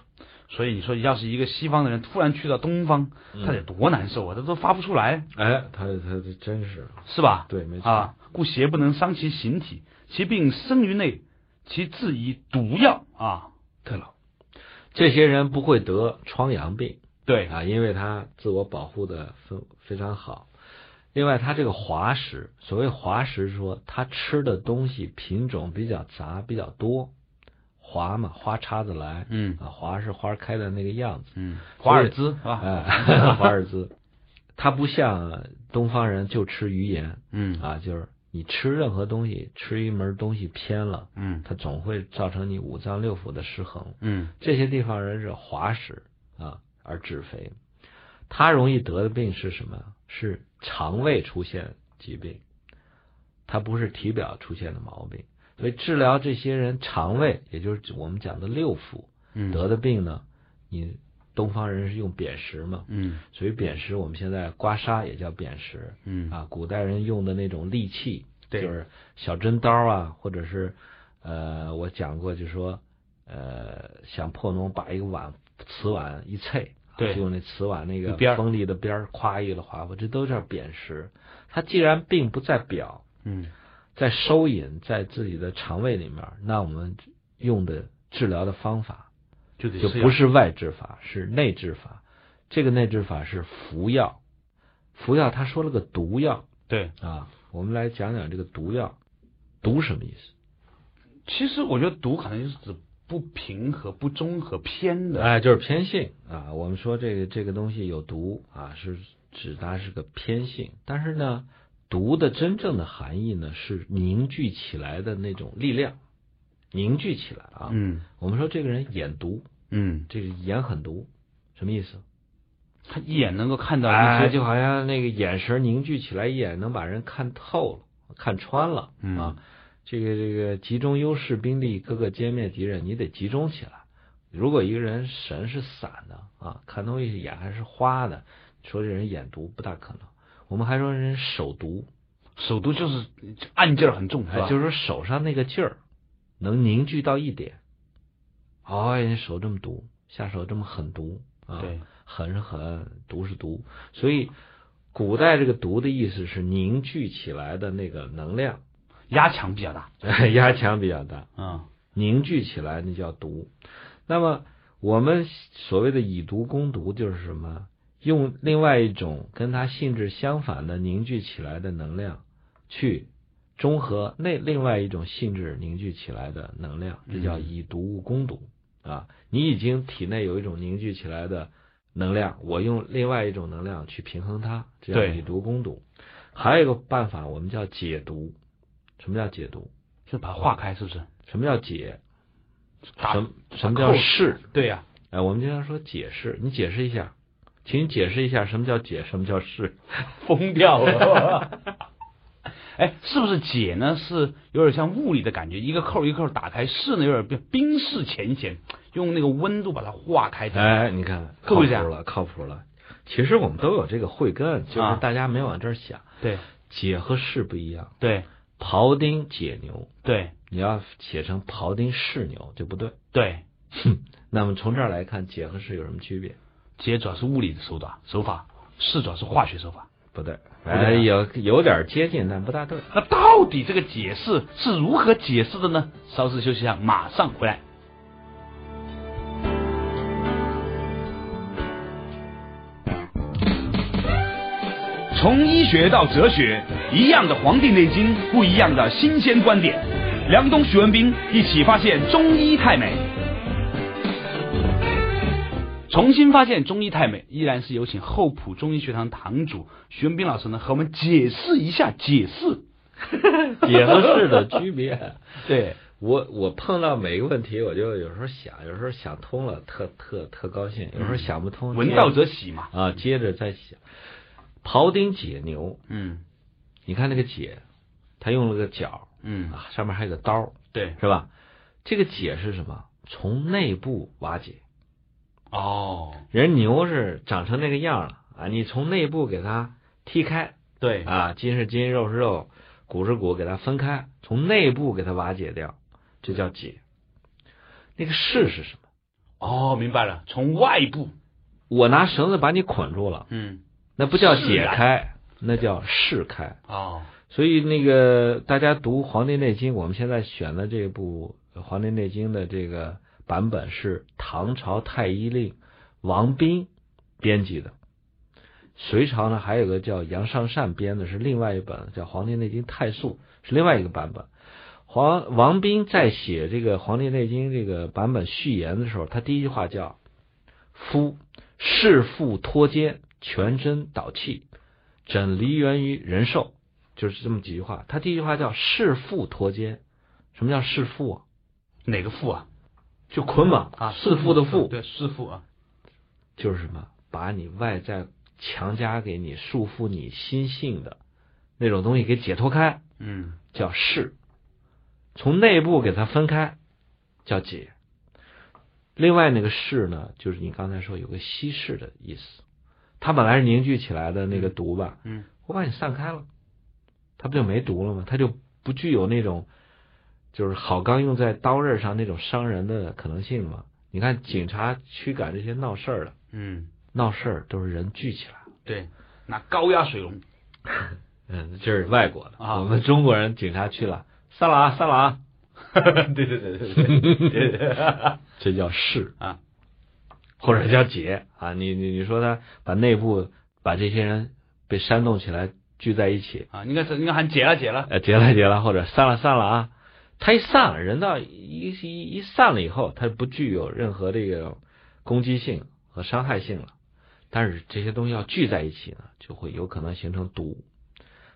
[SPEAKER 1] 所以你说要是一个西方的人突然去到东方，
[SPEAKER 2] 嗯
[SPEAKER 1] 他得多难受啊，他都发不出来，
[SPEAKER 2] 哎，他他他真是
[SPEAKER 1] 是吧？
[SPEAKER 2] 对，没错。
[SPEAKER 1] 啊，故邪不能伤其形体，其病生于内，其治以毒药啊。
[SPEAKER 2] 对了，这些人不会得疮疡病，
[SPEAKER 1] 对，
[SPEAKER 2] 啊，因为他自我保护的非非常好。另外，他这个滑食，所谓滑食说，他吃的东西品种比较杂，比较多。滑嘛，花叉子来，
[SPEAKER 1] 嗯
[SPEAKER 2] 啊，滑是花开的那个样子，啊
[SPEAKER 1] 嗯，华尔兹啊是吧？
[SPEAKER 2] 哎，华尔兹，他不像东方人就吃鱼盐
[SPEAKER 1] 嗯
[SPEAKER 2] 啊，就是你吃任何东西，吃一门东西偏了，
[SPEAKER 1] 嗯
[SPEAKER 2] 它总会造成你五脏六腑的失衡。
[SPEAKER 1] 嗯
[SPEAKER 2] 这些地方人是滑食啊，而致肥。他容易得的病是什么？是肠胃出现疾病，它不是体表出现的毛病。所以治疗这些人肠胃，也就是我们讲的六腑
[SPEAKER 1] 嗯
[SPEAKER 2] 得的病呢，你东方人是用砭石嘛，
[SPEAKER 1] 嗯
[SPEAKER 2] 所以砭石我们现在刮痧也叫砭石
[SPEAKER 1] 嗯
[SPEAKER 2] 啊，古代人用的那种利器，
[SPEAKER 1] 对
[SPEAKER 2] 就是小针刀啊，或者是呃，我讲过就说呃，想破脓把一个碗瓷碗一啐，
[SPEAKER 1] 对
[SPEAKER 2] 就用那瓷碗那个
[SPEAKER 1] 一边儿
[SPEAKER 2] 锋利的边儿咵一个划过，这都叫砭石。它既然病不在表，
[SPEAKER 1] 嗯
[SPEAKER 2] 在收引在自己的肠胃里面，那我们用的治疗的方法
[SPEAKER 1] 就得
[SPEAKER 2] 就
[SPEAKER 1] 吃
[SPEAKER 2] 不
[SPEAKER 1] 药
[SPEAKER 2] 是外治法，是内治法。这个内治法是服药，服药他说了个毒药
[SPEAKER 1] 对。
[SPEAKER 2] 啊，我们来讲讲这个毒药，毒什么意思？
[SPEAKER 1] 其实我觉得毒可能就是指不平和、不中和、偏的。
[SPEAKER 2] 哎，就是偏性啊。我们说这个这个东西有毒啊，是指它是个偏性，但是呢，毒的真正的含义呢是凝聚起来的那种力量，凝聚起来啊。
[SPEAKER 1] 嗯
[SPEAKER 2] 我们说这个人眼毒，
[SPEAKER 1] 嗯，
[SPEAKER 2] 这个眼很毒，什么意思？
[SPEAKER 1] 他一眼能够看到一
[SPEAKER 2] 哎，
[SPEAKER 1] 些
[SPEAKER 2] 就好像那个眼神凝聚起来，一眼能把人看透了、看穿了、
[SPEAKER 1] 嗯
[SPEAKER 2] 啊。这个这个集中优势兵力，各个歼灭敌人，你得集中起来。如果一个人神是散的啊，看东西眼还是花的，说这人眼毒不大可能。我们还说人手毒，
[SPEAKER 1] 手毒就是按劲儿很重，是
[SPEAKER 2] 哎
[SPEAKER 1] 吧？
[SPEAKER 2] 就是是说手上那个劲儿能凝聚到一点。哦，人手这么毒，下手这么狠毒啊！
[SPEAKER 1] 对，
[SPEAKER 2] 狠是狠，毒是毒，所以古代这个“毒”的意思是凝聚起来的那个能量，哎
[SPEAKER 1] 压强比较大。
[SPEAKER 2] 压强比较大，
[SPEAKER 1] 嗯
[SPEAKER 2] 凝聚起来那叫毒。那么我们所谓的以毒攻毒就是什么？用另外一种跟它性质相反的凝聚起来的能量，去中和那另外一种性质凝聚起来的能量，这叫
[SPEAKER 1] 嗯
[SPEAKER 2] 以毒攻毒啊！你已经体内有一种凝聚起来的能量，我用另外一种能量去平衡它，这叫
[SPEAKER 1] 对
[SPEAKER 2] 以毒攻毒。还有一个办法，我们叫解毒。什么叫解毒？
[SPEAKER 1] 就把它化开，是不是？
[SPEAKER 2] 什么叫解？
[SPEAKER 1] 打
[SPEAKER 2] 什么什么
[SPEAKER 1] 打
[SPEAKER 2] 叫
[SPEAKER 1] 扣
[SPEAKER 2] 释？
[SPEAKER 1] 对呀、
[SPEAKER 2] 哎，我们经常说解释，你解释一下，请你解释一下什么叫解，什么叫释？
[SPEAKER 1] 疯掉了。 <laughs> 哎，是不是解呢？是有点像物理的感觉，一个扣儿一个扣儿打开。释呢，有点冰冰释前嫌，用那个温度把它化开。
[SPEAKER 2] 哎，你看，
[SPEAKER 1] 够
[SPEAKER 2] 靠谱
[SPEAKER 1] 一下
[SPEAKER 2] 了，靠谱了。其实我们都有这个慧根，就是
[SPEAKER 1] 啊
[SPEAKER 2] 大家没往这儿想。
[SPEAKER 1] 对
[SPEAKER 2] 解和释不一样，
[SPEAKER 1] 对
[SPEAKER 2] 庖丁解牛，
[SPEAKER 1] 对
[SPEAKER 2] 你要写成庖丁释牛就不对。
[SPEAKER 1] 对，
[SPEAKER 2] 那么从这儿来看，解和释有什么区别？
[SPEAKER 1] 解主要是物理的手段手法，释主要是化学手法。
[SPEAKER 2] 不对，
[SPEAKER 1] 对啊
[SPEAKER 2] 哎，有有点接近，但不大对。
[SPEAKER 1] 那到底这个解释是如何解释的呢？稍事休息一下，马上回来。从医学到哲学，一样的《黄帝内经》，不一样的新鲜观点。梁冬、徐文兵一起发现中医太美。重新发现中医太美，依然是有请厚朴中医学堂堂主徐文兵老师呢，和我们解释一下解释。
[SPEAKER 2] 解和释的区别，
[SPEAKER 1] 对，
[SPEAKER 2] 我我碰到每一个问题，我就有时候想，有时候想通了，特特特高兴；有时候想不通，
[SPEAKER 1] 闻道者喜嘛。
[SPEAKER 2] 啊，接着再想。庖丁解牛，
[SPEAKER 1] 嗯
[SPEAKER 2] 你看那个解，他用了个角
[SPEAKER 1] 嗯，
[SPEAKER 2] 啊，上面还有个刀，
[SPEAKER 1] 对。
[SPEAKER 2] 是吧？这个解是什么？从内部瓦解。
[SPEAKER 1] 哦，
[SPEAKER 2] 人牛是长成那个样了啊，你从内部给它踢开
[SPEAKER 1] 对，
[SPEAKER 2] 啊，筋是筋，肉是肉，骨是骨，给它分开，从内部给它瓦解掉，这叫解。那个释是什么？
[SPEAKER 1] 哦，明白了，从外部，
[SPEAKER 2] 我拿绳子把你捆住了，
[SPEAKER 1] 嗯，
[SPEAKER 2] 那不叫
[SPEAKER 1] 释
[SPEAKER 2] 解
[SPEAKER 1] 然
[SPEAKER 2] 开，那叫释开。
[SPEAKER 1] 哦，
[SPEAKER 2] 所以那个大家读《黄帝内经》，我们现在选的这部《黄帝内经》的这个版本是唐朝太医令王彬编辑的，隋朝呢还有个叫杨尚善编的，是另外一本叫《黄帝内经太素》，是另外一个版本。黄王彬在写这个《黄帝内经》这个版本序言的时候，他第一句话叫“夫士腹脱肩，全身导气，枕离源于人寿”。就是这么几句话。他第一句话叫“弑父脱奸”，什么叫弑父啊？
[SPEAKER 1] 哪个父啊？
[SPEAKER 2] 就捆绑
[SPEAKER 1] 啊，
[SPEAKER 2] 弑父的父，
[SPEAKER 1] 对，弑父啊，
[SPEAKER 2] 就是什么，把你外在强加给你、束缚你心性的那种东西给解脱开，
[SPEAKER 1] 嗯
[SPEAKER 2] 叫释；从内部给它分开，叫解。另外那个释呢，就是你刚才说有个稀释的意思，它本来是凝聚起来的那个毒吧，
[SPEAKER 1] 嗯
[SPEAKER 2] 我把你散开了，它不就没毒了吗？它就不具有那种就是好钢用在刀刃上那种伤人的可能性了嘛。你看警察驱赶这些闹事儿的，
[SPEAKER 1] 嗯，
[SPEAKER 2] 闹事儿都是人聚起来，
[SPEAKER 1] 对，拿高压水龙，
[SPEAKER 2] 嗯，这是外国的，
[SPEAKER 1] 啊
[SPEAKER 2] 我们中国人警察去了，散了啊，散了啊，
[SPEAKER 1] <laughs> 对对对对对对 <laughs> 对，
[SPEAKER 2] 这叫势
[SPEAKER 1] 啊，
[SPEAKER 2] 或者叫解啊。你你你说他把内部把这些人被煽动起来聚在一起，
[SPEAKER 1] 啊，应该是应该喊解了解了，
[SPEAKER 2] 呃，结了结了，或者散了散了啊。他一散了，人到一一一散了以后，他不具有任何这个攻击性和伤害性了。但是这些东西要聚在一起呢，就会有可能形成毒。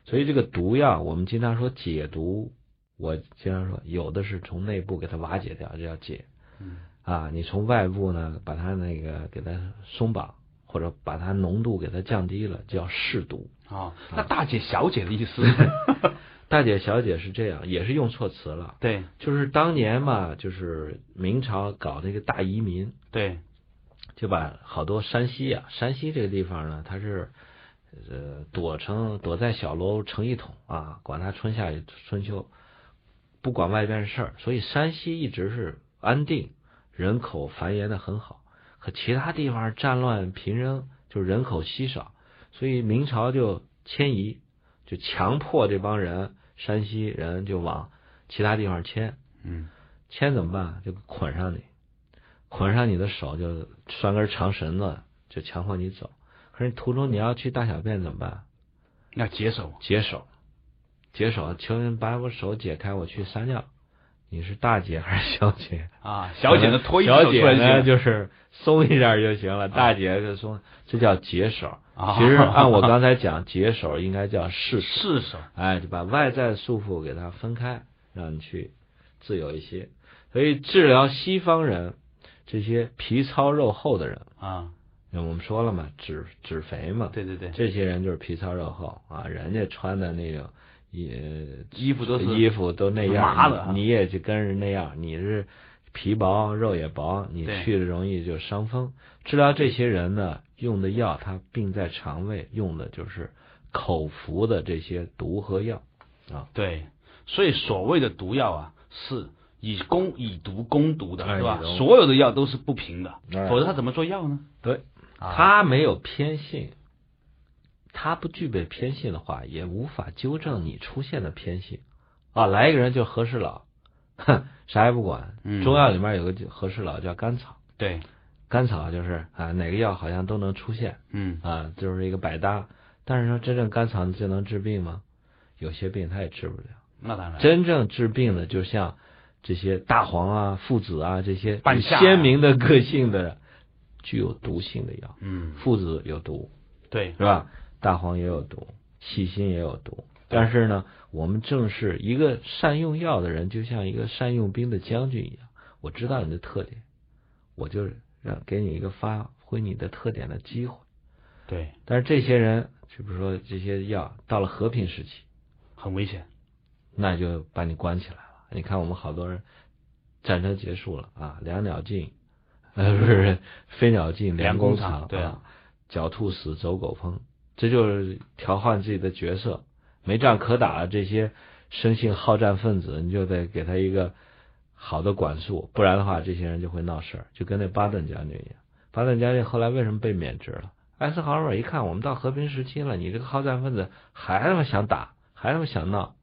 [SPEAKER 2] 所以这个毒药，我们经常说解毒，我经常说有的是从内部给它瓦解掉，这叫解。
[SPEAKER 1] 嗯
[SPEAKER 2] 啊，你从外部呢把它那个给它松绑，或者把它浓度给它降低了，叫试毒。
[SPEAKER 1] 哦，那大姐小姐的意思，
[SPEAKER 2] 大姐、小姐是这样，也是用错词了。
[SPEAKER 1] <laughs> 对
[SPEAKER 2] 就是当年嘛，就是明朝搞那个大移民，
[SPEAKER 1] 对，
[SPEAKER 2] 就把好多山西啊，山西这个地方呢，它是呃躲成躲在小楼成一统啊，管它春夏春秋，不管外边的事儿，所以山西一直是安定，人口繁衍的很好。可其他地方战乱频仍，就是人口稀少，所以明朝就迁移，就强迫这帮人山西人就往其他地方迁。
[SPEAKER 1] 嗯
[SPEAKER 2] 牵怎么办？就捆上你，捆上你的手，就拴根长绳子，就强迫你走。可是途中你要去大小便怎么办？
[SPEAKER 1] 要解手，
[SPEAKER 2] 解手，解手，求人把我手解开，我去撒尿。你是大姐还是小姐？
[SPEAKER 1] 啊，小姐呢脱一只
[SPEAKER 2] 小
[SPEAKER 1] 手出
[SPEAKER 2] 姐
[SPEAKER 1] 来
[SPEAKER 2] 呢
[SPEAKER 1] 就行
[SPEAKER 2] 就是松一下就行了，大姐就松，这叫解手。
[SPEAKER 1] 啊
[SPEAKER 2] 其实
[SPEAKER 1] <laughs>
[SPEAKER 2] 按我刚才讲，解手应该叫释手。
[SPEAKER 1] 是手，
[SPEAKER 2] 哎，就把外在的束缚给它分开，让你去自由一些。所以治疗西方人这些皮糙肉厚的人，
[SPEAKER 1] 啊，
[SPEAKER 2] 那我们说了嘛，脂脂肥嘛，
[SPEAKER 1] 对对对，
[SPEAKER 2] 这些人就是皮糙肉厚啊，人家穿的那种呃也
[SPEAKER 1] 衣服都是
[SPEAKER 2] 衣服都那样，
[SPEAKER 1] 麻的啊
[SPEAKER 2] 你你也就跟人那样，你是皮薄肉也薄，你
[SPEAKER 1] 对
[SPEAKER 2] 去了容易就伤风。治疗这些人呢，用的药它病在肠胃，用的就是口服的这些毒和药啊。
[SPEAKER 1] 对，所以所谓的毒药啊，是以攻以毒攻毒的，
[SPEAKER 2] 哎
[SPEAKER 1] 是吧
[SPEAKER 2] 以？毒
[SPEAKER 1] 所有的药都是不平的，
[SPEAKER 2] 哎
[SPEAKER 1] 否则他怎么做药呢？
[SPEAKER 2] 对，
[SPEAKER 1] 啊，
[SPEAKER 2] 它没有偏性，它不具备偏性的话，也无法纠正你出现的偏性啊。来一个人就和事佬，哼，啥也不管。
[SPEAKER 1] 嗯
[SPEAKER 2] 中药里面有个就和事佬叫甘草，
[SPEAKER 1] 对，
[SPEAKER 2] 甘草就是啊哪个药好像都能出现
[SPEAKER 1] 嗯，
[SPEAKER 2] 啊，就是一个百搭。但是说真正甘草就能治病吗？有些病它也治不了。
[SPEAKER 1] 那当然，
[SPEAKER 2] 真正治病的，就像这些大黄啊、附子啊这些
[SPEAKER 1] 半
[SPEAKER 2] 有
[SPEAKER 1] 夏啊
[SPEAKER 2] 鲜明的个性的、具有毒性的药。
[SPEAKER 1] 嗯，
[SPEAKER 2] 父子有毒，
[SPEAKER 1] 对，
[SPEAKER 2] 是吧？大黄也有毒，细心也有毒。但是呢，我们正是一个善用药的人，就像一个善用兵的将军一样。我知道你的特点，我就让给你一个发挥你的特点的机会。
[SPEAKER 1] 对，
[SPEAKER 2] 但是这些人，就比如说这些药，到了和平时期，
[SPEAKER 1] 很危险，
[SPEAKER 2] 那就把你关起来了。你看，我们好多人战争结束了啊，两鸟尽， <laughs> 呃，不是飞鸟尽，
[SPEAKER 1] 良
[SPEAKER 2] 良
[SPEAKER 1] 弓
[SPEAKER 2] 弓
[SPEAKER 1] 藏
[SPEAKER 2] 藏，
[SPEAKER 1] 对啊
[SPEAKER 2] 啊，狡兔死，走狗烹，这就是调换自己的角色。没仗可打了，这些生性好战分子，你就得给他一个好的管束，不然的话，这些人就会闹事儿，就跟那巴顿将军一样。巴顿将军后来为什么被免职了？艾森豪威尔一看，我们到和平时期了，你这个好战分子还他妈想打，还他妈想闹，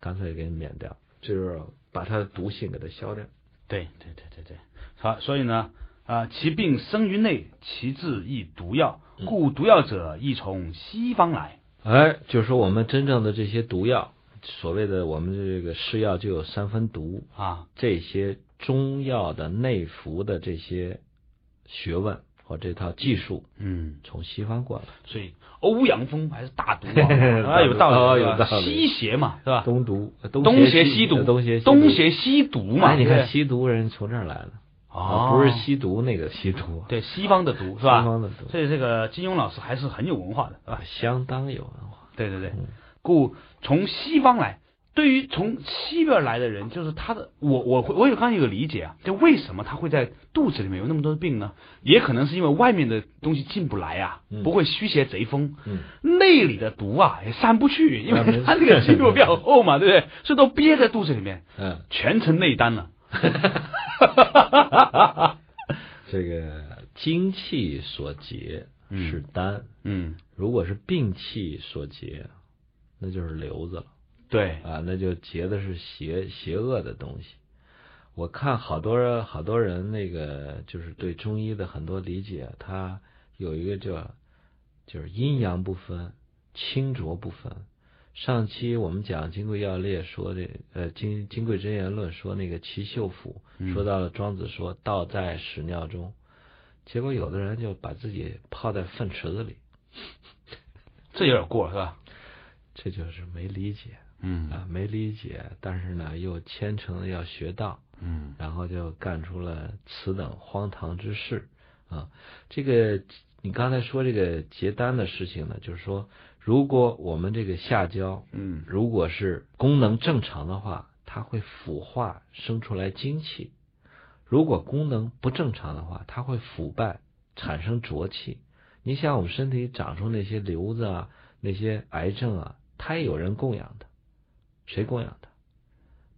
[SPEAKER 2] 干脆给你免掉，就是把他的毒性给他消掉。
[SPEAKER 1] 对，对，对，对，对，好，所以呢。啊，其病生于内，其治亦毒药。故毒药者，亦从西方来。
[SPEAKER 2] 哎，就是说我们真正的这些毒药，所谓的我们这个试药就有三分毒，
[SPEAKER 1] 啊，
[SPEAKER 2] 这些中药的内服的这些学问和这套技术
[SPEAKER 1] 嗯，
[SPEAKER 2] 从西方过来。
[SPEAKER 1] 所以欧阳锋还是大毒
[SPEAKER 2] 大
[SPEAKER 1] <laughs> 啊？啊，
[SPEAKER 2] 毒
[SPEAKER 1] 有道理，
[SPEAKER 2] 哦
[SPEAKER 1] 是吧
[SPEAKER 2] 有道理
[SPEAKER 1] 吸邪嘛，是吧？
[SPEAKER 2] 东毒，
[SPEAKER 1] 东邪
[SPEAKER 2] 邪
[SPEAKER 1] 西毒，
[SPEAKER 2] 东邪
[SPEAKER 1] 东邪
[SPEAKER 2] 邪
[SPEAKER 1] 西毒
[SPEAKER 2] 毒
[SPEAKER 1] 嘛，
[SPEAKER 2] 哎你
[SPEAKER 1] 对
[SPEAKER 2] 看吸毒人从这儿来的，啊
[SPEAKER 1] 哦，
[SPEAKER 2] 不是吸毒那个吸毒，啊
[SPEAKER 1] 对西方的毒是
[SPEAKER 2] 西
[SPEAKER 1] 吧？
[SPEAKER 2] 方的毒，啊
[SPEAKER 1] 所以这个金庸老师还是很有文化的，是吧？
[SPEAKER 2] 相当有文化。
[SPEAKER 1] 对对对
[SPEAKER 2] 嗯，
[SPEAKER 1] 故从西方来，对于从西边来的人，就是他的，我我我有刚才有个理解啊，就为什么他会在肚子里面有那么多病呢？也可能是因为外面的东西进不来啊，
[SPEAKER 2] 嗯
[SPEAKER 1] 不会驱邪贼风，
[SPEAKER 2] 嗯，
[SPEAKER 1] 内里的毒啊也散不去，因
[SPEAKER 2] 啊没
[SPEAKER 1] 为
[SPEAKER 2] 错
[SPEAKER 1] 他那个肌肉比较厚嘛，对不对？所以都憋在肚子里面，
[SPEAKER 2] 嗯，
[SPEAKER 1] 全成内丹了。
[SPEAKER 2] 这个精气所结
[SPEAKER 1] 嗯
[SPEAKER 2] 是丹，
[SPEAKER 1] 嗯，
[SPEAKER 2] 如果是病气所结，那就是瘤子了
[SPEAKER 1] 对，
[SPEAKER 2] 啊，那就结的是邪邪恶的东西。我看好多人好多人那个就是对中医的很多理解，他有一个叫就是阴阳不分，清浊不分。上期我们讲《金匮要略》说的，呃，《金金匮真言论》说那个齐秀甫
[SPEAKER 1] 嗯
[SPEAKER 2] 说到了庄子说“道在屎尿中”，结果有的人就把自己泡在粪池子里，
[SPEAKER 1] 这有点过是吧？
[SPEAKER 2] 这就是没理解
[SPEAKER 1] 嗯
[SPEAKER 2] 啊，没理解，但是呢又虔诚的要学道，
[SPEAKER 1] 嗯
[SPEAKER 2] 然后就干出了此等荒唐之事啊。这个你刚才说这个结丹的事情呢，就是说，如果我们这个下焦
[SPEAKER 1] 嗯
[SPEAKER 2] 如果是功能正常的话，它会腐化生出来精气；如果功能不正常的话，它会腐败产生浊气。你想，我们身体长出那些瘤子啊，那些癌症啊，它也有人供养的，谁供养的？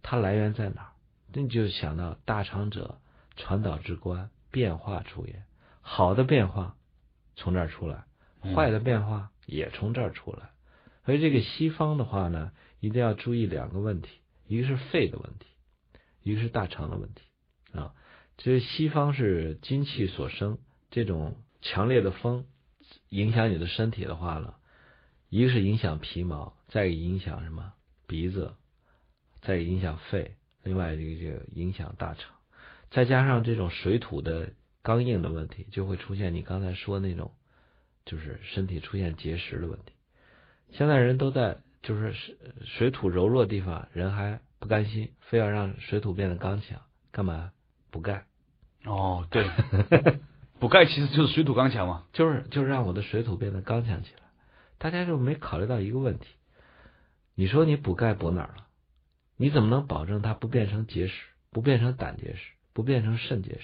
[SPEAKER 2] 它来源在哪儿？那你就想到大长者传导之官，变化出也。好的变化从这儿出来，
[SPEAKER 1] 嗯
[SPEAKER 2] 坏的变化也从这儿出来。所以这个西方的话呢，一定要注意两个问题，一个是肺的问题，一个是大肠的问题啊。这西方是精气所生，这种强烈的风影响你的身体的话呢，一个是影响皮毛，再一个影响什么鼻子，再一个影响肺，另外一个就影响大肠，再加上这种水土的刚硬的问题，就会出现你刚才说那种，就是身体出现结石的问题。现在人都在就是水水土柔弱的地方，人还不甘心，非要让水土变得刚强，干嘛？补钙，
[SPEAKER 1] 哦 <laughs> 对，补钙其实就是水土刚强嘛。
[SPEAKER 2] 就是就是让我的水土变得刚强起来。大家就没考虑到一个问题，你说你补钙补哪儿了？你怎么能保证它不变成结石，不变成胆结石，不变成肾结石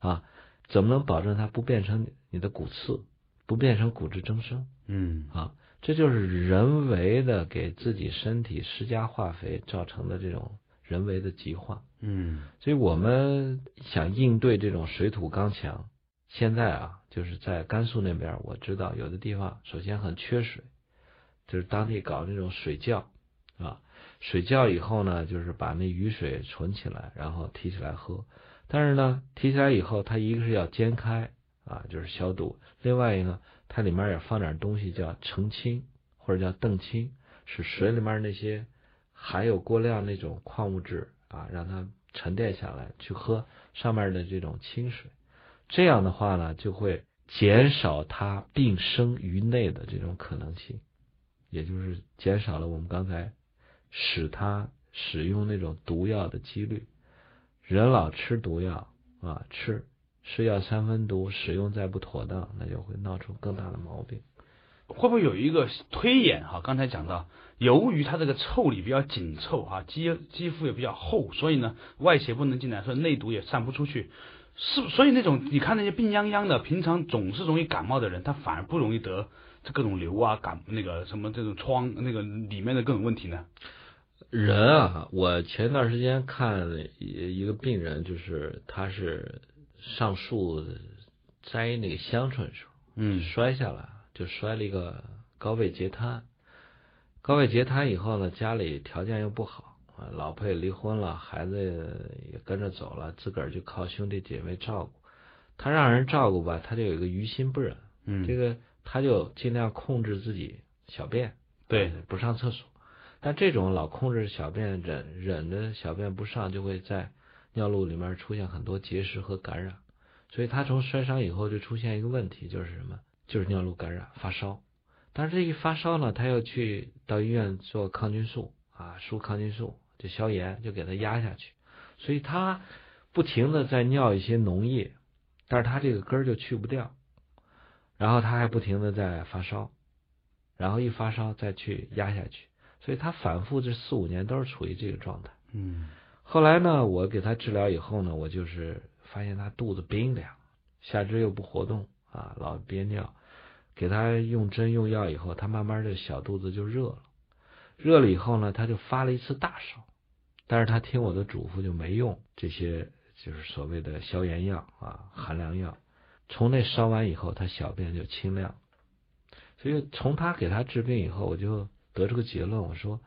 [SPEAKER 2] 啊？怎么能保证它不变成你的骨刺，不变成骨质增生？
[SPEAKER 1] 嗯
[SPEAKER 2] 啊，这就是人为的给自己身体施加化肥造成的这种人为的疾患。
[SPEAKER 1] 嗯
[SPEAKER 2] 所以我们想应对这种水土刚强，现在啊，就是在甘肃那边，我知道有的地方首先很缺水，就是当地搞那种水窖啊，水窖以后呢，就是把那雨水存起来，然后提起来喝。但是呢，提起来以后，它一个是要煎开啊，就是消毒；另外一个，它里面也放点东西叫澄清或者叫澄清，使水里面那些含有过量那种矿物质啊，让它沉淀下来，去喝上面的这种清水。这样的话呢，就会减少它病生于内的这种可能性，也就是减少了我们刚才使它使用那种毒药的几率。人老吃毒药啊，吃是药三分毒，使用再不妥当，那就会闹出更大的毛病。
[SPEAKER 1] 会不会有一个推演哈？刚才讲到，由于它这个腠理比较紧凑哈，肌肌肤也比较厚，所以呢，外邪不能进来，所以内毒也散不出去。是，所以那种你看那些病殃殃的，平常总是容易感冒的人，他反而不容易得这各种瘤啊、感那个什么这种疮那个里面的各种问题呢。
[SPEAKER 2] 人啊，我前段时间看一一个病人，就是他是上树摘那个香椿树，
[SPEAKER 1] 嗯
[SPEAKER 2] 摔下来就摔了一个高位截瘫。高位截瘫以后呢，家里条件又不好，啊，老婆也离婚了，孩子也跟着走了，自个儿就靠兄弟姐妹照顾。他让人照顾吧，他就有一个于心不忍，
[SPEAKER 1] 嗯，
[SPEAKER 2] 这个他就尽量控制自己小便，
[SPEAKER 1] 对，
[SPEAKER 2] 不上厕所。但这种老控制小便，忍忍着小便不上，就会在尿路里面出现很多结石和感染。所以他从摔伤以后就出现一个问题，就是什么？就是尿路感染、发烧。但是这一发烧了，他又去到医院做抗菌素啊，输抗菌素就消炎，就给他压下去。所以他不停的在尿一些脓液，但是他这个根儿就去不掉，然后他还不停的在发烧，然后一发烧再去压下去，所以他反复这四五年都是处于这个状态。
[SPEAKER 1] 嗯
[SPEAKER 2] 后来呢，我给他治疗以后呢，我就是发现他肚子冰凉，下肢又不活动啊，老憋尿。给他用针用药以后，他慢慢的小肚子就热了，热了以后呢，他就发了一次大烧，但是他听我的嘱咐就没用这些就是所谓的消炎药啊、寒凉药。从那烧完以后，他小便就清亮。所以从他给他治病以后，我就得出个结论，我说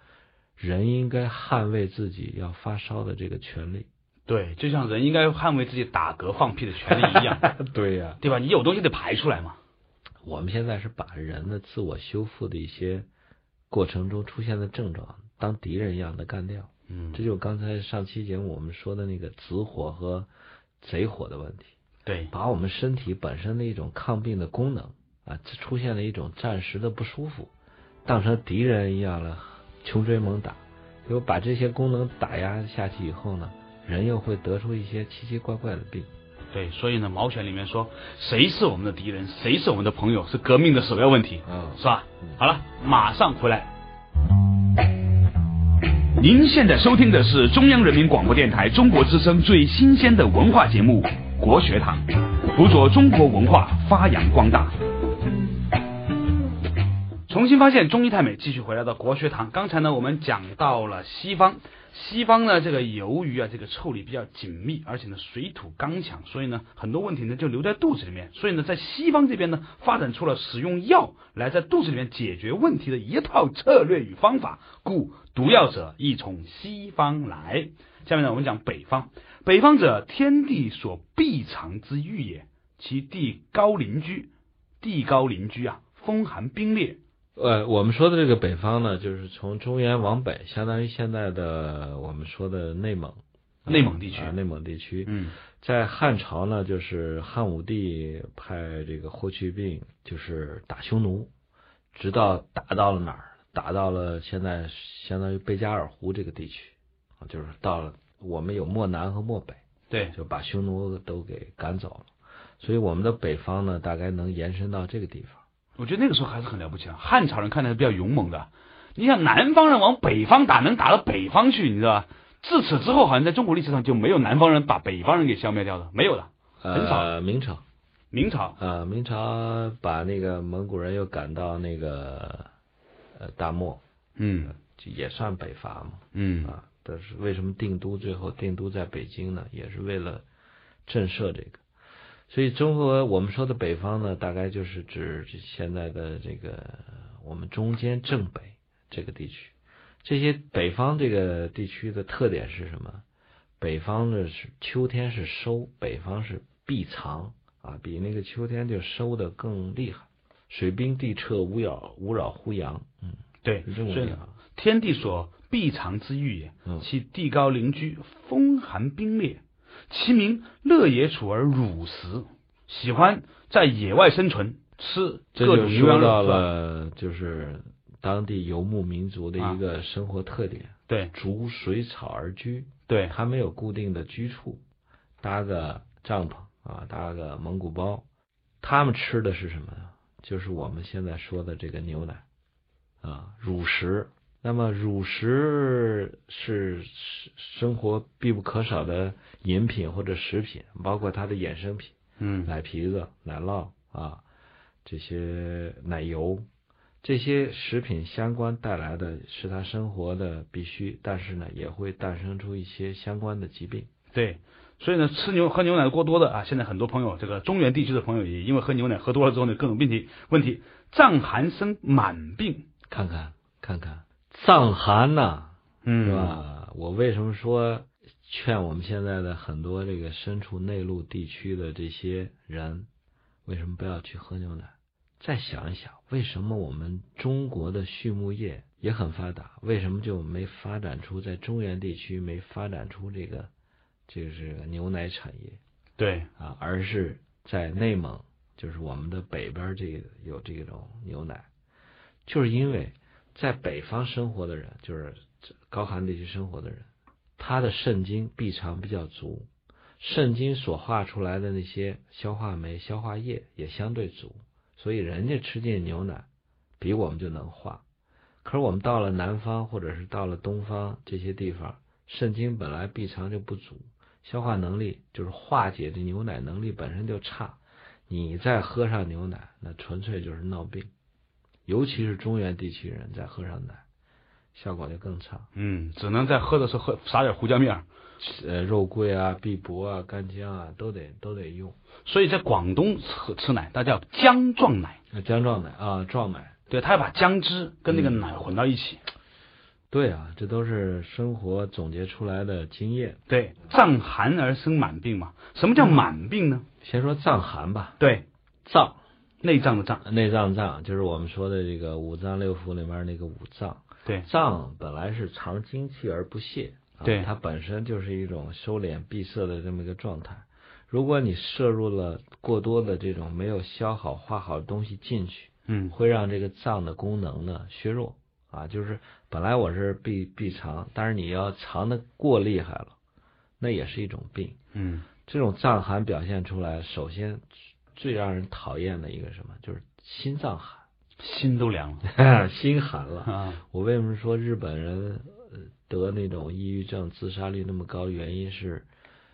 [SPEAKER 2] 人应该捍卫自己要发烧的这个权利。
[SPEAKER 1] 对，就像人应该捍卫自己打嗝放屁的权利一样，
[SPEAKER 2] <laughs> 对呀、
[SPEAKER 1] 对吧？你有东西得排出来嘛。
[SPEAKER 2] 我们现在是把人的自我修复的一些过程中出现的症状当敌人一样的干掉，
[SPEAKER 1] 嗯
[SPEAKER 2] 这，就是刚才上期节目我们说的那个子火和贼火的问题，
[SPEAKER 1] 对，
[SPEAKER 2] 把我们身体本身的一种抗病的功能啊，出现了一种暂时的不舒服，当成敌人一样了穷追猛打，结果把这些功能打压下去以后呢，人又会得出一些奇奇怪怪的病。
[SPEAKER 1] 对，所以呢，毛选里面说，谁是我们的敌人，谁是我们的朋友，是革命的首要问题，
[SPEAKER 2] 嗯
[SPEAKER 1] 是吧？好了，马上回来。您现在收听的是中央人民广播电台中国之声最新鲜的文化节目《国学堂》，辅佐中国文化发扬光大。重新发现中医太美，继续回来到国学堂。刚才呢，我们讲到了西方，西方呢这个由于啊这个腠理比较紧密，而且呢水土刚强，所以呢很多问题呢就留在肚子里面。所以呢，在西方这边呢发展出了使用药来在肚子里面解决问题的一套策略与方法，故毒药者亦从西方来。下面呢我们讲北方，北方者天地所必藏之欲也，其地高邻居，地高邻居啊风寒冰冽。
[SPEAKER 2] 呃，我们说的这个北方呢，就是从中原往北，相当于现在的我们说的内蒙，
[SPEAKER 1] 嗯内蒙地区
[SPEAKER 2] 啊内蒙地区，
[SPEAKER 1] 嗯
[SPEAKER 2] 在汉朝呢，就是汉武帝派这个霍去病，就是打匈奴，直到打到了哪儿？打到了现在相当于贝加尔湖这个地区，啊，就是到了我们有漠南和漠北，，
[SPEAKER 1] 对，
[SPEAKER 2] 就把匈奴都给赶走了。所以我们的北方呢，大概能延伸到这个地方。
[SPEAKER 1] 我觉得那个时候还是很了不起的。汉朝人看来是比较勇猛的，啊你想南方人往北方打，能打到北方去，你知道吧？自此之后，好像在中国历史上就没有南方人把北方人给消灭掉的，没有的。很少
[SPEAKER 2] 呃，明朝。
[SPEAKER 1] 明朝，
[SPEAKER 2] 啊，明朝把那个蒙古人又赶到那个呃大漠，
[SPEAKER 1] 嗯
[SPEAKER 2] 就也算北伐嘛
[SPEAKER 1] 嗯，
[SPEAKER 2] 啊。但是为什么定都最后定都在北京呢？也是为了震慑这个。所以中国我们说的北方呢，大概就是指现在的这个我们中间正北这个地区。这些北方这个地区的特点是什么？北方的是秋天是收，北方是必藏啊，比那个秋天就收的更厉害。水冰地彻，无扰无扰乎阳，嗯，
[SPEAKER 1] 对，
[SPEAKER 2] 是这种
[SPEAKER 1] 所以
[SPEAKER 2] 讲法
[SPEAKER 1] 天地所必藏之欲也
[SPEAKER 2] 嗯，
[SPEAKER 1] 其地高邻居，风寒冰冽，其名乐也处而辱食，喜欢在野外生存，吃
[SPEAKER 2] 这
[SPEAKER 1] 各种
[SPEAKER 2] 就
[SPEAKER 1] 牛羊
[SPEAKER 2] 说到
[SPEAKER 1] 肉。是吧
[SPEAKER 2] 了，就是当地游牧民族的
[SPEAKER 1] 啊
[SPEAKER 2] 一个生活特点，
[SPEAKER 1] 对
[SPEAKER 2] 逐水草而居，
[SPEAKER 1] 对，
[SPEAKER 2] 他没有固定的居处，搭个帐篷啊，搭个蒙古包。他们吃的是什么呢？就是我们现在说的这个牛奶啊，乳食。那么乳食是是生活必不可少的饮品或者食品，包括它的衍生品。
[SPEAKER 1] 嗯
[SPEAKER 2] 奶皮子、奶酪啊，这些奶油，这些食品相关带来的是他生活的必须，但是呢，也会诞生出一些相关的疾病。
[SPEAKER 1] 对，所以呢，吃牛喝牛奶过多的啊，现在很多朋友，这个中原地区的朋友也因为喝牛奶喝多了之后呢，各种病题问题，胀寒生满病，
[SPEAKER 2] 看看看看，藏寒呐、
[SPEAKER 1] 嗯
[SPEAKER 2] 是？吧？我为什么说劝我们现在的很多这个身处内陆地区的这些人，为什么不要去喝牛奶？再想一想，为什么我们中国的畜牧业也很发达，为什么就没发展出在中原地区没发展出这个就是牛奶产业
[SPEAKER 1] 对，
[SPEAKER 2] 啊？而是在内蒙，就是我们的北边这个有这种牛奶。就是因为在北方生活的人，就是这高寒地区生活的人，他的肾精闭藏比较足，肾精所化出来的那些消化酶、消化液也相对足，所以人家吃进牛奶比我们就能化。可是我们到了南方或者是到了东方这些地方，肾精本来闭藏就不足，消化能力就是化解这牛奶能力本身就差，你再喝上牛奶，那纯粹就是闹病。尤其是中原地区人再喝上奶，效果就更差。
[SPEAKER 1] 嗯，只能在喝的时候喝撒点胡椒面儿。
[SPEAKER 2] 呃，肉桂啊、碧柏啊、干姜啊，都得都得用。
[SPEAKER 1] 所以在广东吃吃奶，它叫姜撞奶，
[SPEAKER 2] 呃姜撞奶啊，撞奶，
[SPEAKER 1] 对，它要把姜汁跟那个奶混到一起。
[SPEAKER 2] 对啊，这都是生活总结出来的经验。
[SPEAKER 1] 对，胀寒而生满病嘛。什么叫满病呢？
[SPEAKER 2] 先说藏寒吧，
[SPEAKER 1] 对，
[SPEAKER 2] 藏
[SPEAKER 1] 内脏的脏。
[SPEAKER 2] 内脏脏，就是我们说的这个五脏六腑里面那个五脏。
[SPEAKER 1] 对，
[SPEAKER 2] 脏本来是藏精气而不泄，啊、
[SPEAKER 1] 对
[SPEAKER 2] 它本身就是一种收敛闭塞的这么一个状态。如果你摄入了过多的这种没有消好化好的东西进去，
[SPEAKER 1] 嗯，
[SPEAKER 2] 会让这个脏的功能呢削弱啊。就是本来我是闭闭藏，但是你要藏的过厉害了，那也是一种病。
[SPEAKER 1] 嗯，
[SPEAKER 2] 这种脏寒表现出来，首先最让人讨厌的一个什么，就是心脏
[SPEAKER 1] 心都凉
[SPEAKER 2] <laughs>
[SPEAKER 1] 了。
[SPEAKER 2] 寒，心寒了。
[SPEAKER 1] 啊，
[SPEAKER 2] 我为什么说日本人呃得那种抑郁症自杀率那么高？原因是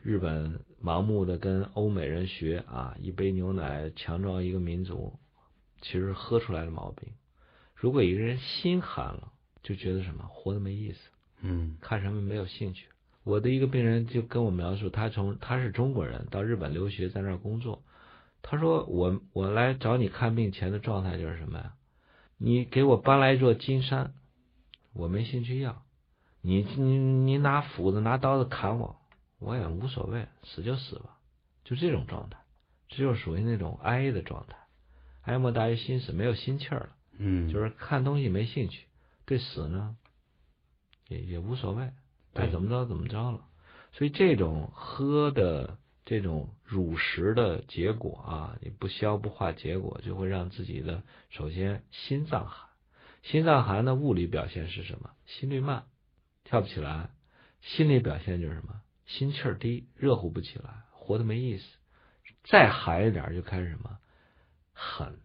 [SPEAKER 2] 日本盲目的跟欧美人学啊，一杯牛奶强壮一个民族，其实喝出来的毛病。如果一个人心寒了，就觉得什么活得没意思，
[SPEAKER 1] 嗯
[SPEAKER 2] 看什么没有兴趣。我的一个病人就跟我描述，他从他是中国人到日本留学，在那儿工作。他说我我来找你看病前的状态就是什么呀？你给我搬来一座金山，我没兴趣要。你你你拿斧子拿刀子砍我，我也无所谓，死就死吧，就这种状态，这就属于那种哀的状态，哀莫大于心死，没有心气儿了。
[SPEAKER 1] 嗯，
[SPEAKER 2] 就是看东西没兴趣，对死呢也也无所谓，
[SPEAKER 1] 对
[SPEAKER 2] 爱怎么着怎么着了。所以这种喝的这种乳食的结果啊，你不消不化，结果就会让自己的首先心脏寒，心脏寒的物理表现是什么？心率慢，跳不起来；心理表现就是什么？心气儿低，热乎不起来，活得没意思。再寒一点儿就开始什么狠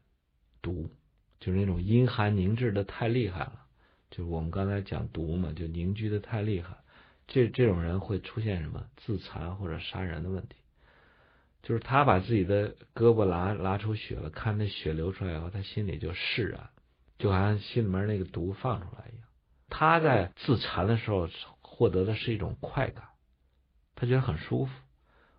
[SPEAKER 2] 毒，就是那种阴寒凝滞的太厉害了，就是我们刚才讲毒嘛，就凝聚的太厉害，这这种人会出现什么自残或者杀人的问题，就是他把自己的胳膊拉拉出血了，看那血流出来以后，他心里就释然，就好像心里面那个毒放出来一样。他在自残的时候获得的是一种快感，他觉得很舒服，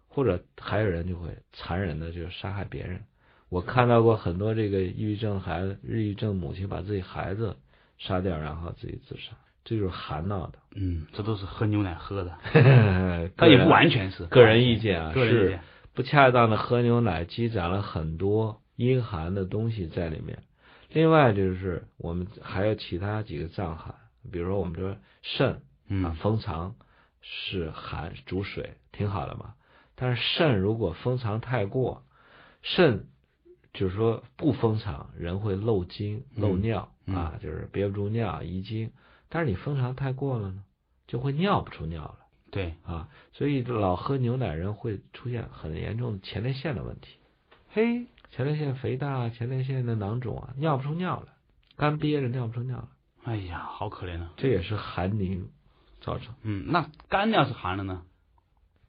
[SPEAKER 2] 或者还有人就会残忍的就杀害别人。我看到过很多这个抑郁症孩子、抑郁症母亲把自己孩子杀掉，然后自己自杀，这就是寒闹 <laughs> 的。
[SPEAKER 1] 嗯，这都是喝牛奶喝的，
[SPEAKER 2] 他
[SPEAKER 1] 它也不完全是
[SPEAKER 2] 啊个人意见啊，
[SPEAKER 1] 个人意见。
[SPEAKER 2] 是不恰当的喝牛奶积攒了很多阴寒的东西在里面。另外就是我们还有其他几个脏寒，比如说我们说肾啊
[SPEAKER 1] 嗯，
[SPEAKER 2] 封藏是寒主水，挺好的嘛。但是肾如果封藏太过，肾就是说不封藏，人会漏精、漏
[SPEAKER 1] 嗯
[SPEAKER 2] 尿、啊，就是憋不住尿、遗精。但是你封藏太过了呢，就会尿不出尿了。
[SPEAKER 1] 对，
[SPEAKER 2] 啊，所以老喝牛奶人会出现很严重的前列腺的问题，
[SPEAKER 1] 嘿，
[SPEAKER 2] 前列腺肥大啊，前列腺的囊肿啊，尿不出尿来，干憋着尿不出尿来，
[SPEAKER 1] 哎呀，好可怜啊。
[SPEAKER 2] 这也是寒凝造成。
[SPEAKER 1] 嗯，那肝要是寒了呢？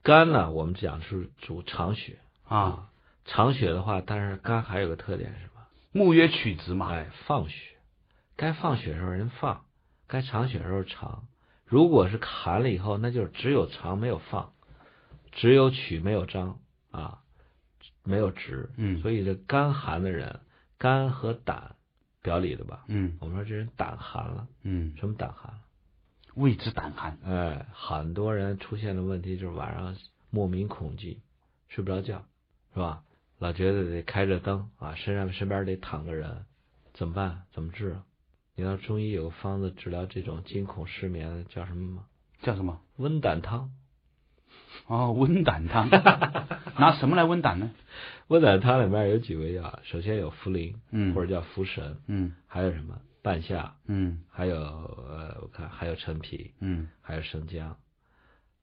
[SPEAKER 2] 肝呢，我们讲是主藏血嗯
[SPEAKER 1] 啊，，
[SPEAKER 2] 藏血的话，但是肝还有个特点是什么？
[SPEAKER 1] 木曰取直嘛。
[SPEAKER 2] 哎，放血，该放血的时候人放，该藏血的时候藏。如果是寒了以后，那就是只有藏没有放，只有取没有张啊，没有直。
[SPEAKER 1] 嗯
[SPEAKER 2] 所以这肝寒的人，肝和胆表里的吧，
[SPEAKER 1] 嗯
[SPEAKER 2] 我们说这人胆寒了，
[SPEAKER 1] 嗯，
[SPEAKER 2] 什么胆寒了？
[SPEAKER 1] 谓之胆寒。
[SPEAKER 2] 哎，很多人出现的问题就是晚上莫名恐惧，睡不着觉，是吧？老觉得得开着灯啊，身上身边得躺个人，怎么办？怎么治啊？你知道中医有个方子治疗这种惊恐失眠的叫什么吗？
[SPEAKER 1] 叫什么？
[SPEAKER 2] 温胆汤。 <laughs>
[SPEAKER 1] 哦，温胆汤。拿什么来温胆呢？
[SPEAKER 2] 温胆汤里面有几味药，首先有茯苓
[SPEAKER 1] 嗯
[SPEAKER 2] 或者叫茯神，
[SPEAKER 1] 嗯
[SPEAKER 2] 还有什么半夏，
[SPEAKER 1] 嗯
[SPEAKER 2] 还有呃，我看还有陈皮，
[SPEAKER 1] 嗯
[SPEAKER 2] 还有生姜，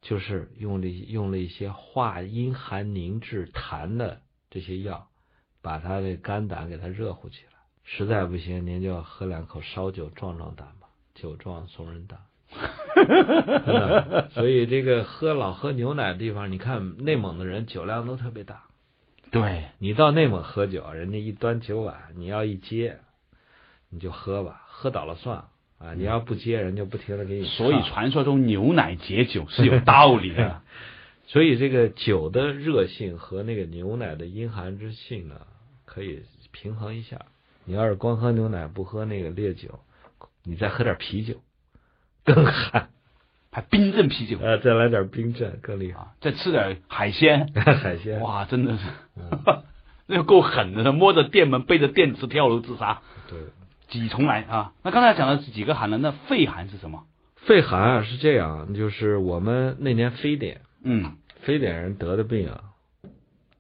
[SPEAKER 2] 就是用了一用了一些化阴寒凝滞痰的这些药，把他的肝胆给它热乎起来。实在不行，您就喝两口烧酒壮壮胆吧，酒壮怂人胆。 <laughs> 真的所以这个喝老喝牛奶的地方，你看内蒙的人酒量都特别大。
[SPEAKER 1] 对，
[SPEAKER 2] 你到内蒙喝酒，人家一端酒碗，你要一接，你就喝吧，喝倒了算啊！你要不接，人就不停的给你唱。
[SPEAKER 1] 所以传说中牛奶解酒是有道理
[SPEAKER 2] <laughs>
[SPEAKER 1] 的。
[SPEAKER 2] 所以这个酒的热性和那个牛奶的阴寒之性呢，可以平衡一下。你要是光喝牛奶不喝那个烈酒，你再喝点啤酒，更寒。
[SPEAKER 1] 还冰镇啤酒
[SPEAKER 2] 呃，再来点冰镇更厉害， <laughs>
[SPEAKER 1] 啊，再吃点海鲜，
[SPEAKER 2] 海鲜。
[SPEAKER 1] 哇，真的是
[SPEAKER 2] 嗯，
[SPEAKER 1] 那够狠的，摸着电门，背着电池跳楼自杀，
[SPEAKER 2] 对，
[SPEAKER 1] 几重来啊！那刚才讲了几个寒了，那肺寒是什么？
[SPEAKER 2] 肺寒啊是这样，就是我们那年非典，
[SPEAKER 1] 嗯
[SPEAKER 2] 非典人得的病啊，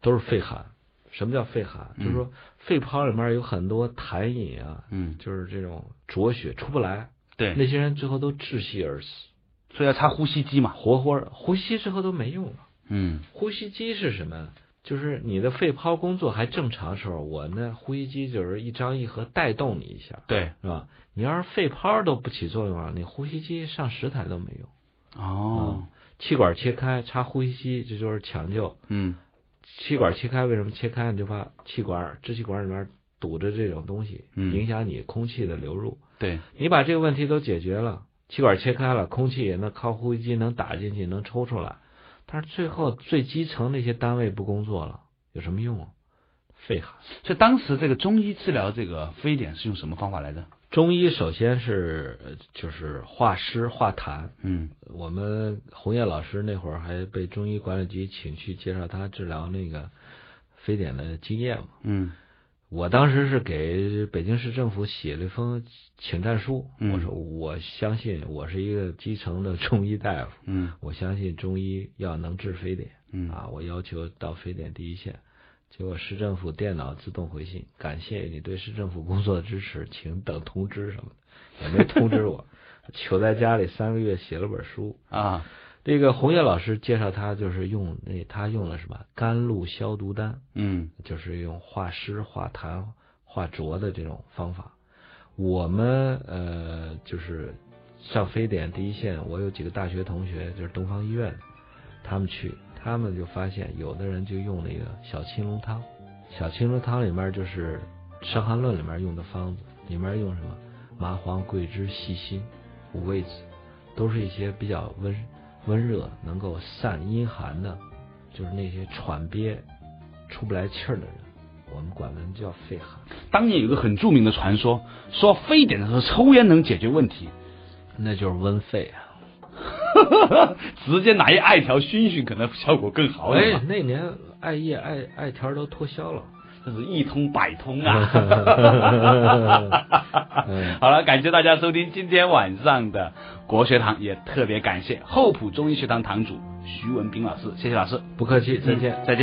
[SPEAKER 2] 都是肺寒。什么叫肺寒？
[SPEAKER 1] 嗯
[SPEAKER 2] 就是说肺泡里面有很多痰饮啊，
[SPEAKER 1] 嗯，
[SPEAKER 2] 就是这种浊血出不来，
[SPEAKER 1] 对，
[SPEAKER 2] 那些人最后都窒息而死，
[SPEAKER 1] 所以要插呼吸机嘛。
[SPEAKER 2] 活活呼吸之后都没用了。
[SPEAKER 1] 嗯
[SPEAKER 2] 呼吸机是什么？就是你的肺泡工作还正常的时候，我那呼吸机就是一张一合带动你一下，
[SPEAKER 1] 对，
[SPEAKER 2] 是吧？你要是肺泡都不起作用了，你呼吸机上十台都没用。
[SPEAKER 1] 哦，
[SPEAKER 2] 气管切开插呼吸机，这就是抢救。
[SPEAKER 1] 嗯
[SPEAKER 2] 气管切开，为什么切开？你就怕气管支气管里面堵着这种东西，
[SPEAKER 1] 嗯
[SPEAKER 2] 影响你空气的流入。
[SPEAKER 1] 对，
[SPEAKER 2] 你把这个问题都解决了，气管切开了，空气也能靠呼吸机能打进去，能抽出来。但是最后最基层那些单位不工作了，有什么用啊？肺寒。
[SPEAKER 1] 所以当时这个中医治疗这个非典是用什么方法来着？
[SPEAKER 2] 中医首先是呃就是化湿化痰，
[SPEAKER 1] 嗯
[SPEAKER 2] 我们红叶老师那会儿还被中医管理局请去介绍他治疗那个非典的经验嘛。
[SPEAKER 1] 嗯
[SPEAKER 2] 我当时是给北京市政府写了一封请战书，
[SPEAKER 1] 嗯
[SPEAKER 2] 我说我相信我是一个基层的中医大夫，
[SPEAKER 1] 嗯
[SPEAKER 2] 我相信中医要能治非典
[SPEAKER 1] 嗯
[SPEAKER 2] 啊，我要求到非典第一线。结果市政府电脑自动回信，感谢你对市政府工作的支持，请等通知什么的，也没通知我， <laughs> 求在家里三个月写了本书。
[SPEAKER 1] 啊，
[SPEAKER 2] 这个红叶老师介绍他就是用那他用了什么甘露消毒丹，
[SPEAKER 1] 嗯
[SPEAKER 2] 就是用化湿、化痰、化浊的这种方法。我们呃，就是上非典第一线，我有几个大学同学，就是东方医院，他们去，他们就发现有的人就用那个小青龙汤，小青龙汤里面就是《伤寒论》里面用的方子，里面用什么麻黄、桂枝、细辛、五味子，都是一些比较温温热、能够散阴寒的，就是那些喘憋出不来气儿的人，我们管他们叫肺寒。
[SPEAKER 1] 当年有个很著名的传说，说非典的时候抽烟能解决问题， <laughs>
[SPEAKER 2] 那就是温肺啊！
[SPEAKER 1] 直接拿一艾条熏熏，可能效果更好
[SPEAKER 2] 哎
[SPEAKER 1] 了，嘛。
[SPEAKER 2] 那年艾叶、艾艾条都脱销了。
[SPEAKER 1] 这是一通百通啊！
[SPEAKER 2] 嗯
[SPEAKER 1] <laughs> 好了，感谢大家收听今天晚上的国学堂，也特别感谢厚朴中医学堂堂主徐文斌老师，谢谢老师，
[SPEAKER 2] 不客气，再见。
[SPEAKER 1] 嗯再见。